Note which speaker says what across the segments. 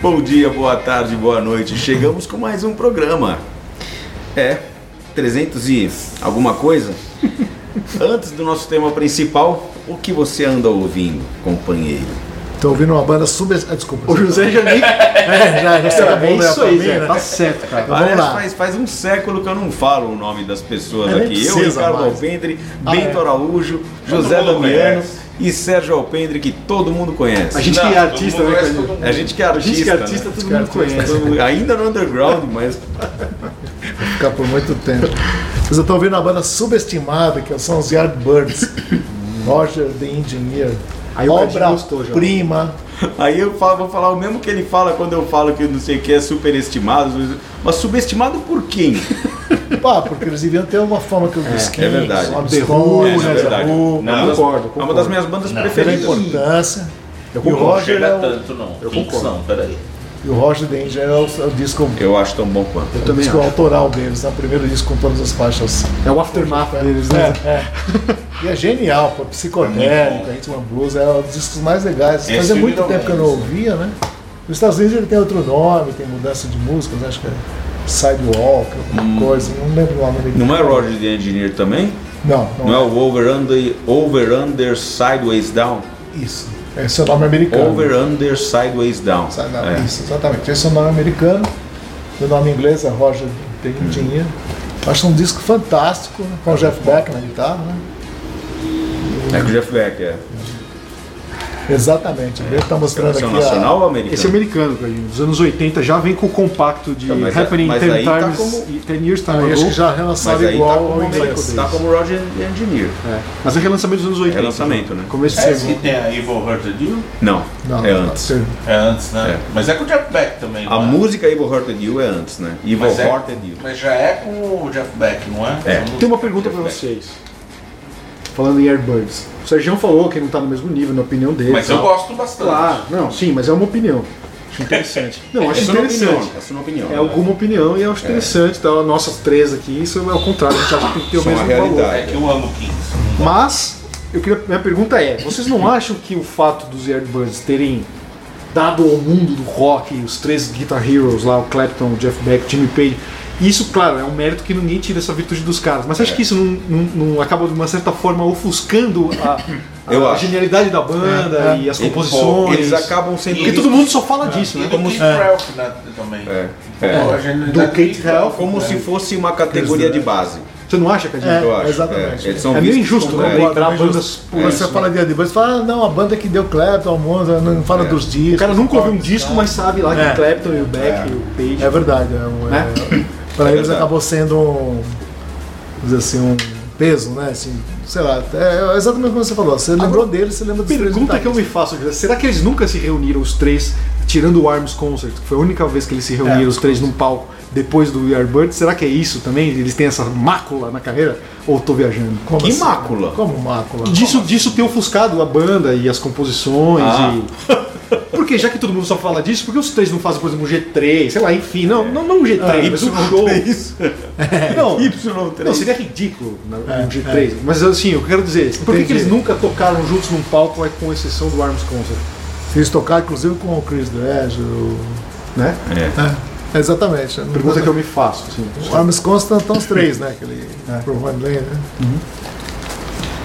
Speaker 1: Bom dia, boa tarde, boa noite. Chegamos com mais um programa. É, 300 e alguma coisa. Antes do nosso tema principal, o que você anda ouvindo, companheiro?
Speaker 2: Tô ouvindo uma banda super. Ah, desculpa.
Speaker 3: O José Janik.
Speaker 2: É, já, já sei,
Speaker 3: É
Speaker 2: bom, né,
Speaker 3: isso aí,
Speaker 2: também,
Speaker 3: Zé.
Speaker 2: né?
Speaker 3: Tá certo, cara.
Speaker 2: Vamos
Speaker 3: Vamos
Speaker 2: lá.
Speaker 3: lá.
Speaker 1: Parece faz, faz um século que eu não falo o nome das pessoas
Speaker 2: É, nem
Speaker 1: aqui. Eu,
Speaker 2: precisa
Speaker 1: Ricardo
Speaker 2: mais.
Speaker 1: Alpendre,
Speaker 2: Ah,
Speaker 1: Bento
Speaker 2: é.
Speaker 1: Araújo, José
Speaker 4: mundo
Speaker 1: Damiano
Speaker 4: conhece.
Speaker 1: e Sérgio Alpendre, que todo mundo conhece.
Speaker 3: A gente
Speaker 4: Não,
Speaker 3: que é artista, né,
Speaker 4: todo mundo conhece
Speaker 3: cara?
Speaker 4: todo
Speaker 1: A gente que é
Speaker 3: A
Speaker 1: artista.
Speaker 3: gente que é
Speaker 1: né?
Speaker 3: artista, todo mundo conhece.
Speaker 1: Todo mundo- Ainda no underground, mas
Speaker 2: Ficar por muito tempo. Mas eu tô ouvindo uma banda subestimada, que são os Yardbirds. Roger the Engineer.
Speaker 3: Aí o Cadinho gostou já.
Speaker 2: Obra-prima.
Speaker 1: Aí eu falo- vou falar o mesmo que ele fala quando eu falo que não sei o que é superestimado, mas subestimado por quem?
Speaker 2: Pá, porque eles deviam ter uma forma que os Skins,
Speaker 1: é verdade.
Speaker 2: os
Speaker 3: The Who,
Speaker 2: Stones,
Speaker 3: né,
Speaker 2: The
Speaker 3: é verdade.
Speaker 2: Who,
Speaker 3: Não,
Speaker 1: das-
Speaker 3: concordo,
Speaker 1: É uma
Speaker 3: concordo.
Speaker 1: das minhas bandas
Speaker 4: Não,
Speaker 2: pela
Speaker 1: preferidas.
Speaker 2: importância. E o,
Speaker 4: Não
Speaker 2: Roger
Speaker 4: chega
Speaker 2: é o,
Speaker 4: tanto, não.
Speaker 3: eu
Speaker 4: Kinks
Speaker 3: concordo.
Speaker 4: não, peraí.
Speaker 2: e o Roger the Engineer é o, é o disco,
Speaker 1: Eu acho tão bom quanto.
Speaker 2: é o disco autoral deles, né? o primeiro disco com todas as faixas
Speaker 3: É o aftermath deles, né?
Speaker 2: E é genial, pô, psicodélico, a Hitman Blues, é um dos discos mais legais.
Speaker 1: Esse
Speaker 2: Fazia
Speaker 1: eu
Speaker 2: muito
Speaker 1: não
Speaker 2: tempo que eu não ouvia, né? Nos Estados Unidos ele tem outro nome, tem mudança de músicas, acho que é Sidewalk, alguma coisa, não lembro o nome dele.
Speaker 1: Hum. Não é Roger the Engineer também?
Speaker 2: Não, não,
Speaker 1: Não é o Over Under, over, under Sideways Down?
Speaker 2: Isso. Esse é o nome americano.
Speaker 1: Over Under Sideways Down.
Speaker 2: Side- não,
Speaker 1: É.
Speaker 2: Isso, exatamente. Esse é o nome americano, o nome inglês é Roger The
Speaker 1: Hum.
Speaker 2: Engineer. Acho um disco fantástico, né, com o Jeff Beck na guitarra, né?
Speaker 1: É que o Jeff Beck é.
Speaker 2: Exatamente. Ele está mostrando aqui
Speaker 1: Canção
Speaker 2: a...
Speaker 1: nacional ou americana?
Speaker 3: Esse é americano, cara. Dos anos 80 já vem com o compacto de
Speaker 1: Tá, mas-
Speaker 3: Happening
Speaker 1: mas
Speaker 3: 10
Speaker 1: aí tá
Speaker 3: Times
Speaker 1: como-
Speaker 3: e 10 Years tá Time
Speaker 2: Ah, eu
Speaker 3: Ago.
Speaker 2: acho que já
Speaker 1: Mas
Speaker 2: relançado
Speaker 1: aí tá
Speaker 2: igual
Speaker 1: como,
Speaker 2: ao
Speaker 1: americano,
Speaker 2: inglês.
Speaker 1: tá como Roger the Engineer.
Speaker 3: É. Mas é relançamento dos anos 80.
Speaker 1: Relançamento, né?
Speaker 3: Começo de
Speaker 4: É esse que
Speaker 3: segundo.
Speaker 4: tem a Evil Hearted You?
Speaker 1: Não,
Speaker 2: Não, tá.
Speaker 1: é
Speaker 2: não,
Speaker 1: antes.
Speaker 2: sim.
Speaker 4: É antes, né?
Speaker 1: É.
Speaker 4: Mas é com o Jeff Beck também.
Speaker 1: A
Speaker 4: não é?
Speaker 1: música Evil Hearted You é antes, né? Evil
Speaker 4: Mas é-
Speaker 1: Hearted You.
Speaker 4: Mas já é com o Jeff Beck, não é?
Speaker 1: É.
Speaker 4: Essa música.
Speaker 3: Tem uma pergunta pra vocês. Falando em Airbirds. O Sérgio falou que não tá no mesmo nível, na opinião dele.
Speaker 4: Mas eu
Speaker 3: tal.
Speaker 4: gosto bastante.
Speaker 3: Claro, não, sim, mas é uma opinião. Acho interessante. Não,
Speaker 1: É
Speaker 3: acho
Speaker 1: sua
Speaker 3: interessante.
Speaker 1: opinião. É sua opinião.
Speaker 3: É alguma opinião e eu acho interessante, então, a nossa três aqui, isso é o contrário, a gente acha que tem que ter o
Speaker 1: São a
Speaker 3: mesmo
Speaker 1: realidade.
Speaker 3: valor.
Speaker 4: É que eu amo Kings.
Speaker 3: Mas, eu queria, minha pergunta é, vocês não acham que o fato dos Yardbirds terem dado ao mundo do rock, os três Guitar Heroes lá, o Clapton, o Jeff Beck, o Jimmy Page, isso, claro, é um mérito que ninguém tira essa virtude dos caras, mas você
Speaker 1: É.
Speaker 3: acha que isso não, não- não acaba de uma certa forma ofuscando a, a
Speaker 1: Eu acho.
Speaker 3: genialidade da
Speaker 2: É,
Speaker 3: banda e as
Speaker 1: Eles-
Speaker 3: composições?
Speaker 1: Eles acabam É. sendo.
Speaker 3: Porque todo mundo só fala disso,
Speaker 4: E
Speaker 3: né?
Speaker 4: do Keith Ralph né, também.
Speaker 1: É.
Speaker 4: Pô,
Speaker 1: É.
Speaker 4: a gente-
Speaker 3: Do
Speaker 4: da
Speaker 3: Keith Ralph,
Speaker 1: Como se fosse uma categoria de base,
Speaker 3: Você não acha, Cadinho?
Speaker 2: É,
Speaker 1: eu acho.
Speaker 2: exatamente.
Speaker 1: Eles são
Speaker 3: É meio
Speaker 1: vistos
Speaker 3: injusto,
Speaker 1: como-
Speaker 3: né?
Speaker 1: é,
Speaker 3: Quadrar
Speaker 2: também
Speaker 3: bandas por
Speaker 2: Quando
Speaker 3: isso,
Speaker 2: você
Speaker 3: né?
Speaker 2: fala dia de depois, fala, ah, não, a banda que deu Clapton ao mundo, não fala dos discos.
Speaker 3: É. O cara nunca ouviu um
Speaker 2: tal.
Speaker 3: disco, mas sabe lá que
Speaker 2: É.
Speaker 3: o Clapton e o Beck e o Page.
Speaker 2: É verdade. É um,
Speaker 3: Né?
Speaker 2: é- pra
Speaker 1: É
Speaker 2: eles
Speaker 1: verdade.
Speaker 2: acabou sendo um. vamos dizer assim, um peso, né? Assim, sei lá. É exatamente como você falou. Você lembrou deles, você lembra dos três
Speaker 3: Pergunta que eu me
Speaker 2: guitarristas.
Speaker 3: faço, José, será que eles nunca se reuniram os três, tirando o Arms Concert, que foi a única vez que eles se reuniram
Speaker 2: É,
Speaker 3: os três num palco depois do We Are Birds? Será que é isso também? Eles têm essa mácula na carreira? Ou eu tô viajando?
Speaker 2: Como
Speaker 1: Que
Speaker 2: assim?
Speaker 1: mácula?
Speaker 2: Como mácula?
Speaker 3: Disso, disso ter ofuscado a banda e as composições
Speaker 1: Ah.
Speaker 3: e. Porque já que todo mundo só fala disso, por que os três não fazem, por exemplo, um G3, sei lá, enfim, não, não, não um G3, mas um show.
Speaker 1: é.
Speaker 3: Não,
Speaker 1: Y3.
Speaker 3: Não, seria ridículo na- um G3. Mas assim, eu quero dizer, por que,
Speaker 2: Entendi.
Speaker 3: que eles nunca tocaram juntos num palco, é, com exceção do Arms Concert?
Speaker 2: Fiz tocar, inclusive, com o Chris Dredd. o-
Speaker 3: Né?
Speaker 1: É.
Speaker 2: É, exatamente.
Speaker 3: Pergunta que eu me faço. assim.
Speaker 2: O Arms Constant estão os três, né? Aquele. Pro Van Lane, né?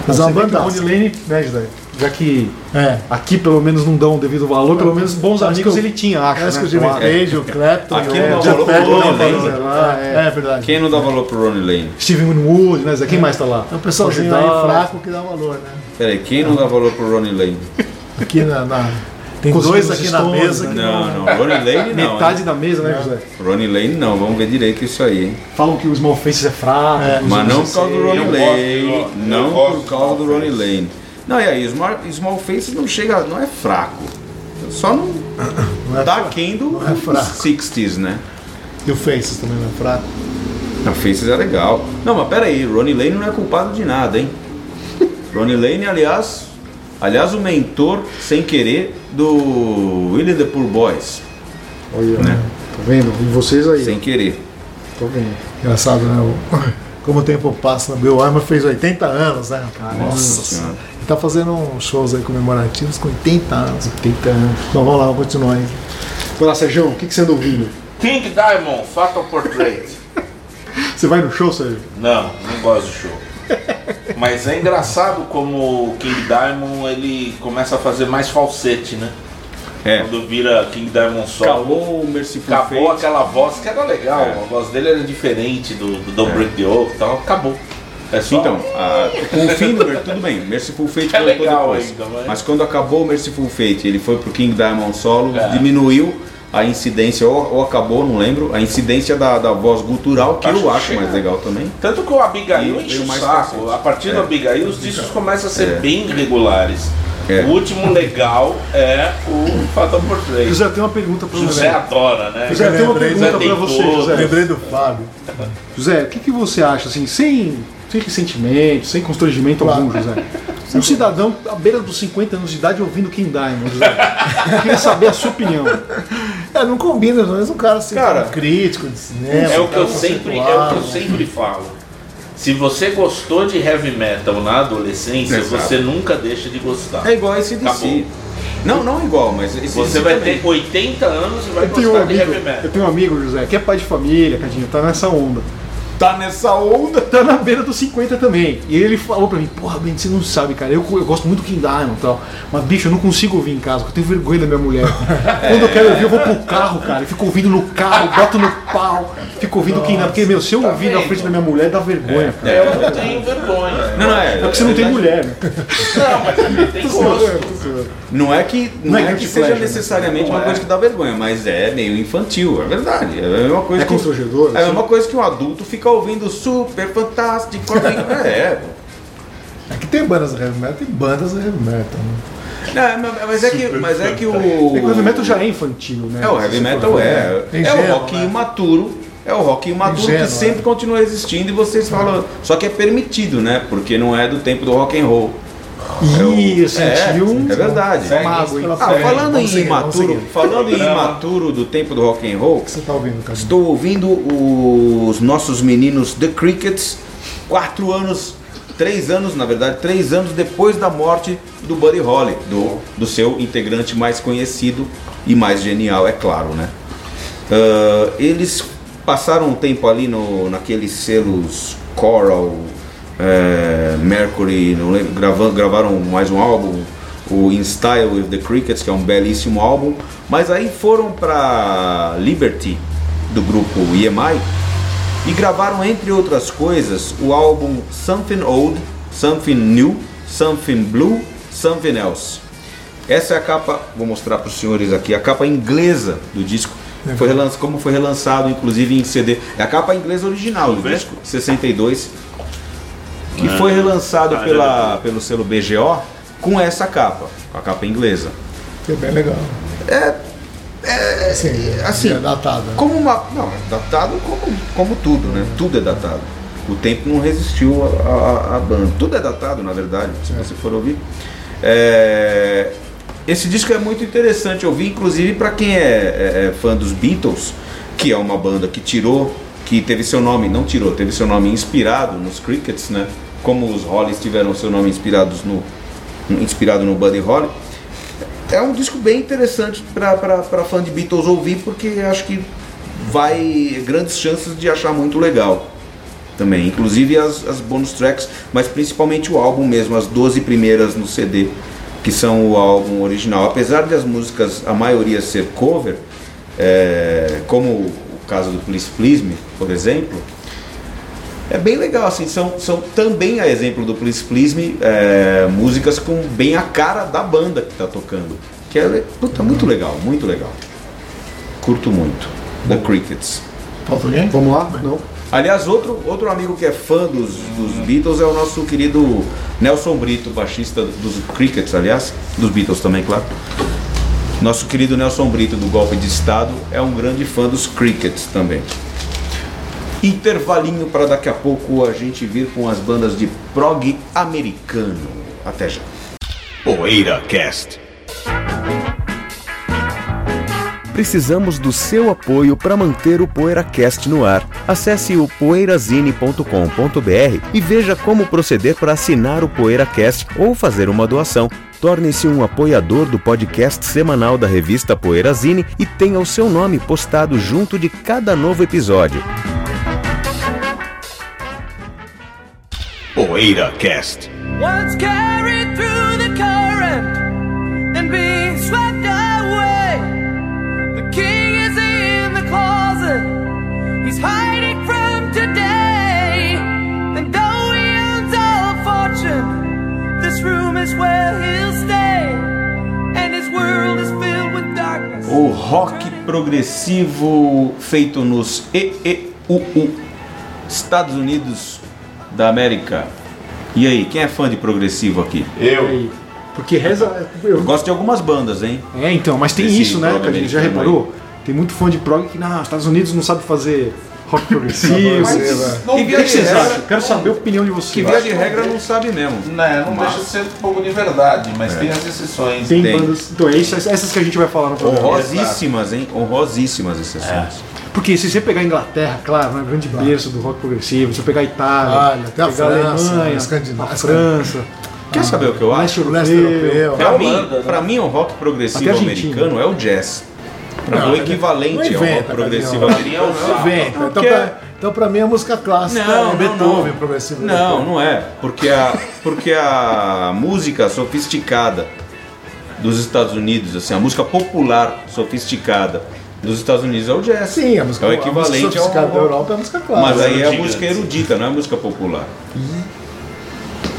Speaker 2: Mas é uma
Speaker 3: Uhum. Você vê que
Speaker 2: banda.
Speaker 3: o Rony Lane, né, Jedi? Já que
Speaker 2: É.
Speaker 3: aqui pelo menos não dão o devido valor, pelo menos bons
Speaker 2: Acho
Speaker 3: amigos
Speaker 2: que eu-
Speaker 3: ele tinha, acho.
Speaker 2: Parece
Speaker 3: né?
Speaker 2: que o Jimmy
Speaker 3: Claro.
Speaker 2: Page, o Clapton,
Speaker 1: Aqui
Speaker 2: o
Speaker 3: é
Speaker 1: não
Speaker 2: Jeff né?
Speaker 1: rolou,
Speaker 2: Beck,
Speaker 1: rolou,
Speaker 2: não
Speaker 1: rolou,
Speaker 2: falou,
Speaker 4: Ah,
Speaker 3: rolou.
Speaker 2: é, é verdade.
Speaker 1: Quem não dá valor pro Ronnie Lane?
Speaker 3: Steven Winwood, né? Zé? Quem mais tá lá?
Speaker 2: É um pessoalzinho
Speaker 3: Roger
Speaker 2: aí
Speaker 3: Daltrey.
Speaker 2: fraco que dá valor, né?
Speaker 1: Peraí, quem não dá valor pro Ronnie Lane?
Speaker 2: Aqui na, na- Tem
Speaker 3: dois
Speaker 2: dos
Speaker 3: aqui na
Speaker 2: Stones, né?
Speaker 3: mesa que-
Speaker 1: Não, não. Ronnie Lane não.
Speaker 3: Metade
Speaker 2: é.
Speaker 1: hein?
Speaker 3: da mesa, né, José?
Speaker 1: Ronnie Lane não. Vamos ver direito isso aí, hein?
Speaker 3: Falam que o Small Faces é fraco.
Speaker 2: É,
Speaker 3: os
Speaker 1: Mas não
Speaker 3: outros
Speaker 1: por causa do
Speaker 3: é
Speaker 1: Ronnie
Speaker 4: gosto
Speaker 1: Lane.
Speaker 4: do- eu
Speaker 1: não
Speaker 4: gosto
Speaker 1: por causa do
Speaker 4: do
Speaker 1: Ronnie Lane. Não, e aí, Small, Small Faces não chega, não é fraco. Só não.
Speaker 2: Não é
Speaker 1: tá
Speaker 2: fraco.
Speaker 1: aquém do
Speaker 2: é fraco.
Speaker 1: 60s, né?
Speaker 2: E o Faces também não é fraco.
Speaker 1: A Faces é legal. Não, mas pera aí, Ronnie Lane não é culpado de nada, hein? Ronnie Lane, aliás, aliás, o mentor, sem querer, do Willie the Poor Boys.
Speaker 3: Olha, tá vendo? E vocês aí,
Speaker 1: Sem querer.
Speaker 3: tô vendo.
Speaker 2: Engraçado, né? O- Como o tempo passa, né? Bill Armour fez 80 anos, né? Nossa
Speaker 1: Senhora.
Speaker 2: Senhora. Ele tá fazendo uns shows aí comemorativos com 80 anos.
Speaker 3: Tenta.
Speaker 2: Então vamos lá, vamos continuar aí.
Speaker 3: Vai lá, Sérgio, o que, que você anda ouvindo?
Speaker 4: King Diamond, Fatal Portrait.
Speaker 3: Você vai no show, Sérgio?
Speaker 4: Não, não gosto do show. Mas é engraçado como o King Diamond ele começa a fazer mais falsete, né?
Speaker 1: É.
Speaker 4: Quando vira King Diamond solo.
Speaker 1: Acabou o Merciful
Speaker 4: Acabou
Speaker 1: Fate.
Speaker 4: aquela voz que era legal,
Speaker 1: É.
Speaker 4: a voz dele era diferente do, do Don't Break the Oath e tal, acabou. É só
Speaker 1: Então, a- com o fim do Mer- tudo bem, Merciful Fate
Speaker 4: É
Speaker 1: voltou
Speaker 4: legal
Speaker 1: depois.
Speaker 4: ainda, mas-
Speaker 1: quando acabou o Merciful Fate, ele foi pro King Diamond solo,
Speaker 4: É.
Speaker 1: diminuiu a incidência, ou, ou acabou, não lembro, a incidência da, da voz gutural, que
Speaker 4: Acho
Speaker 1: eu
Speaker 4: que
Speaker 1: acho
Speaker 4: chega.
Speaker 1: mais legal também.
Speaker 4: Tanto que o Abigail
Speaker 1: E
Speaker 4: enche
Speaker 1: veio
Speaker 4: o
Speaker 1: mais
Speaker 4: saco.
Speaker 1: consciente.
Speaker 4: A partir do
Speaker 1: É.
Speaker 4: Abigail, os discos começam a ser bem regulares.
Speaker 1: É.
Speaker 4: O último legal é o Fatal Portrait. José,
Speaker 3: José, tem uma pergunta pra você.
Speaker 4: adora, né?
Speaker 3: José, é tem uma
Speaker 2: Lembrei,
Speaker 3: pergunta
Speaker 4: José
Speaker 3: pra você,
Speaker 4: deitou.
Speaker 3: José.
Speaker 2: Lembrei do Fábio.
Speaker 3: José, o que, que você acha, assim, sem, sem ressentimento, sem constrangimento
Speaker 2: Claro.
Speaker 3: algum, José? Um cidadão à beira dos 50 anos de idade ouvindo King Diamond, José. Eu queria saber a sua opinião.
Speaker 2: É, não combina, mas um cara assim,
Speaker 1: Cara,
Speaker 2: um crítico de cinema.
Speaker 4: É o
Speaker 2: um
Speaker 4: que
Speaker 2: cara
Speaker 4: eu sempre, é o
Speaker 2: conceituado.
Speaker 4: que eu sempre falo. Se você gostou de heavy metal na adolescência,
Speaker 1: Exato.
Speaker 4: você nunca deixa de gostar.
Speaker 1: É igual esse DC.
Speaker 4: Acabou.
Speaker 1: Não, não é igual, mas esse
Speaker 4: Você vai ter 80 anos e vai
Speaker 3: Eu tenho, um
Speaker 4: gostar de
Speaker 3: amigo,
Speaker 4: heavy
Speaker 3: eu
Speaker 4: metal.
Speaker 3: tenho um amigo, José, que é pai de família, Cadinho, tá nessa onda.
Speaker 1: Tá nessa onda.
Speaker 3: tá na beira dos 50 também. E ele falou pra mim, porra, Ben, você não sabe, cara, eu, eu gosto muito do King Diamond e tal, mas bicho, eu não consigo ouvir em casa, porque eu tenho vergonha da minha mulher. Quando eu quero ouvir, eu vou pro carro, cara, eu fico ouvindo no carro, boto no pau, fico ouvindo King Diamond, porque, meu, se eu
Speaker 4: tá
Speaker 3: ouvir na
Speaker 4: vendo?
Speaker 3: frente da minha mulher, dá vergonha, cara.
Speaker 1: É,
Speaker 4: Eu não tenho vergonha.
Speaker 1: não, não, é,
Speaker 3: É porque você não tem mulher, né?
Speaker 4: Não, mas ele tem gosto.
Speaker 1: Não é que, não
Speaker 3: Não é
Speaker 1: é
Speaker 3: guilty
Speaker 1: que seja
Speaker 3: pleasure, né?
Speaker 1: necessariamente
Speaker 4: Não
Speaker 1: uma
Speaker 4: é.
Speaker 1: coisa que dá vergonha, mas é meio infantil, é verdade. É uma coisa
Speaker 3: É
Speaker 1: que,
Speaker 3: constrangedor,
Speaker 1: É
Speaker 3: assim?
Speaker 1: uma coisa que um adulto fica ouvindo super fantástico. é,
Speaker 2: Aqui tem bandas de heavy metal e bandas de heavy metal. Né?
Speaker 1: Não, mas- mas é que, mas é que o.
Speaker 3: É que o heavy metal já é infantil, né?
Speaker 1: É, o heavy metal é.
Speaker 2: Tem
Speaker 1: É o
Speaker 2: gelo,
Speaker 1: rock
Speaker 2: né?
Speaker 1: imaturo. É o rock imaturo
Speaker 2: Tem
Speaker 1: que
Speaker 2: gelo,
Speaker 1: sempre
Speaker 2: é.
Speaker 1: continua existindo e vocês falam. Só que é permitido, né? Porque não é do tempo do rock and roll. É o-
Speaker 3: Ih, eu senti
Speaker 1: é,
Speaker 3: um...
Speaker 1: é verdade.
Speaker 4: Segue
Speaker 3: Mago,
Speaker 4: isso
Speaker 3: hein?
Speaker 4: pela
Speaker 1: Ah,
Speaker 4: frente.
Speaker 1: falando em
Speaker 2: vamos seguir, vamos
Speaker 1: imaturo,
Speaker 2: seguir.
Speaker 1: falando em
Speaker 4: Programa.
Speaker 1: imaturo do tempo do rock and roll,
Speaker 2: O que você tá ouvindo, cara?
Speaker 1: Estou ouvindo os nossos meninos The Crickets, quatro anos, três anos, na verdade, três anos depois da morte do Buddy Holly, do, do seu integrante mais conhecido e mais genial, é claro, né? Ah, eles passaram um tempo ali no, naqueles selos Coral, eh, Mercury, não lembro, gravam- gravaram mais um álbum, o In Style with the Crickets, que é um belíssimo álbum, mas aí foram para Liberty, do grupo EMI, e gravaram, entre outras coisas, o álbum Something Old, Something New, Something Blue, Something Else. Essa é a capa, vou mostrar para os senhores aqui, a capa inglesa do disco. Foi relan- como foi relançado, inclusive em CD. É a capa inglesa original do
Speaker 4: ver.
Speaker 1: disco, 62, que foi relançado
Speaker 4: Ah,
Speaker 1: pela, pelo selo BGO com essa capa, com a capa inglesa.
Speaker 2: Que é bem legal. É. É. Assim,
Speaker 1: assim,
Speaker 2: é datado. né?
Speaker 1: Como uma. Não, é datado como, como tudo, né? Tudo é datado. O tempo não resistiu à- à à banda. Tudo é datado, na verdade, se você for ouvir. É, esse disco é muito interessante ouvir, inclusive para quem é, é- é fã dos Beatles, que é uma banda que tirou, que teve seu nome, não tirou, teve seu nome inspirado nos Crickets, né? Como os Hollies tiveram seu nome inspirados no, inspirado no Buddy Holly. É um disco bem interessante para fã de Beatles ouvir, porque acho que vai grandes chances de achar muito legal também. Inclusive as, as bonus tracks, mas principalmente o álbum mesmo, as 12 primeiras no CD, que são o álbum original. Apesar de as músicas, a maioria ser cover, é, como o caso do Please Please Me, por exemplo, é bem legal, assim, são, são também a exemplo do Please Please Me, é, músicas com bem a cara da banda que tá tocando. Que é le- puta, muito legal, muito legal. Curto muito. The Crickets.
Speaker 2: Falta alguém?
Speaker 3: Vamos lá? Não.
Speaker 1: Aliás, outro, outro amigo que é fã dos, dos Beatles é o nosso querido Nelson Brito, baixista dos Crickets, aliás, dos Beatles também, claro. Nosso querido Nelson Brito, do Golpe de Estado, é um grande fã dos Crickets também. Intervalinho para daqui a pouco a gente vir com as bandas de prog americano. Até já. Poeira Cast.
Speaker 5: Precisamos do seu apoio para manter o PoeiraCast no ar. Acesse o poeirazine.com.br e veja como proceder para assinar o PoeiraCast ou fazer uma doação. Torne-se um apoiador do podcast semanal da revista Poeirazine e tenha o seu nome postado junto de cada novo episódio.
Speaker 1: Poeira Cast.
Speaker 6: Once carried through the current and be swept away. The king is in the closet, he's hiding from today. And though he owns all fortune, this room is where he'll stay. And his world is filled with darkness.
Speaker 1: O rock progressivo feito nos EEUU, Estados Unidos da América. E aí, quem é fã de progressivo aqui?
Speaker 4: Eu.
Speaker 3: Aí. Porque reza. eu-
Speaker 1: Eu gosto de algumas bandas, hein?
Speaker 3: É, então, mas tem
Speaker 1: Esse
Speaker 3: isso, né,
Speaker 1: programa
Speaker 3: Cadinho? Já
Speaker 1: americano
Speaker 3: reparou? Tem muito fã de prog que, não, os Estados Unidos não sabe fazer rock progressivo.
Speaker 2: Mas-
Speaker 1: E o que vocês acham?
Speaker 3: Quero saber a opinião de vocês.
Speaker 1: Que é via de regra não sabe mesmo.
Speaker 4: Né, não deixa de ser um pouco de verdade, mas tem as exceções.
Speaker 3: Tem,
Speaker 1: Tem.
Speaker 3: bandas. Então, é isso- essas que a gente vai falar no programa.
Speaker 1: Honrosíssimas, hein? Honrosíssimas exceções.
Speaker 3: Porque se você pegar a Inglaterra, claro, né, grande berço do rock progressivo, se você pegar a Itália,
Speaker 2: Itália, Ah, até a
Speaker 3: pegar
Speaker 2: França,
Speaker 3: Alemanha,
Speaker 2: a Escandinávia.
Speaker 3: a França,
Speaker 1: Quer saber o que eu
Speaker 3: o
Speaker 1: acho?
Speaker 3: leste europeu.
Speaker 2: Leste europeu.
Speaker 1: Pra
Speaker 4: É
Speaker 1: mim,
Speaker 4: Holanda, né?
Speaker 1: pra mim, o rock
Speaker 3: Até
Speaker 1: progressivo
Speaker 3: a Argentina.
Speaker 1: americano é o jazz. Pra
Speaker 2: Não,
Speaker 1: mim, o equivalente
Speaker 2: não
Speaker 1: ao rock
Speaker 2: inventa,
Speaker 1: progressivo
Speaker 2: Gabriel.
Speaker 1: americano. é o
Speaker 2: Não vem.
Speaker 1: Não
Speaker 2: Então,
Speaker 1: quer.
Speaker 2: pra, então, pra mim, a música clássica é Beethoven, progressivo.
Speaker 1: Não, não é. Porque a, porque a música sofisticada dos Estados Unidos, assim, a música popular sofisticada dos Estados Unidos é o jazz.
Speaker 2: Sim, a música
Speaker 1: é o
Speaker 2: a música
Speaker 1: equivalente ao
Speaker 2: sofisticada da
Speaker 1: rock.
Speaker 2: Europa é a música clássica.
Speaker 1: Mas aí é a
Speaker 4: Gigantes.
Speaker 1: música erudita, não é a música popular.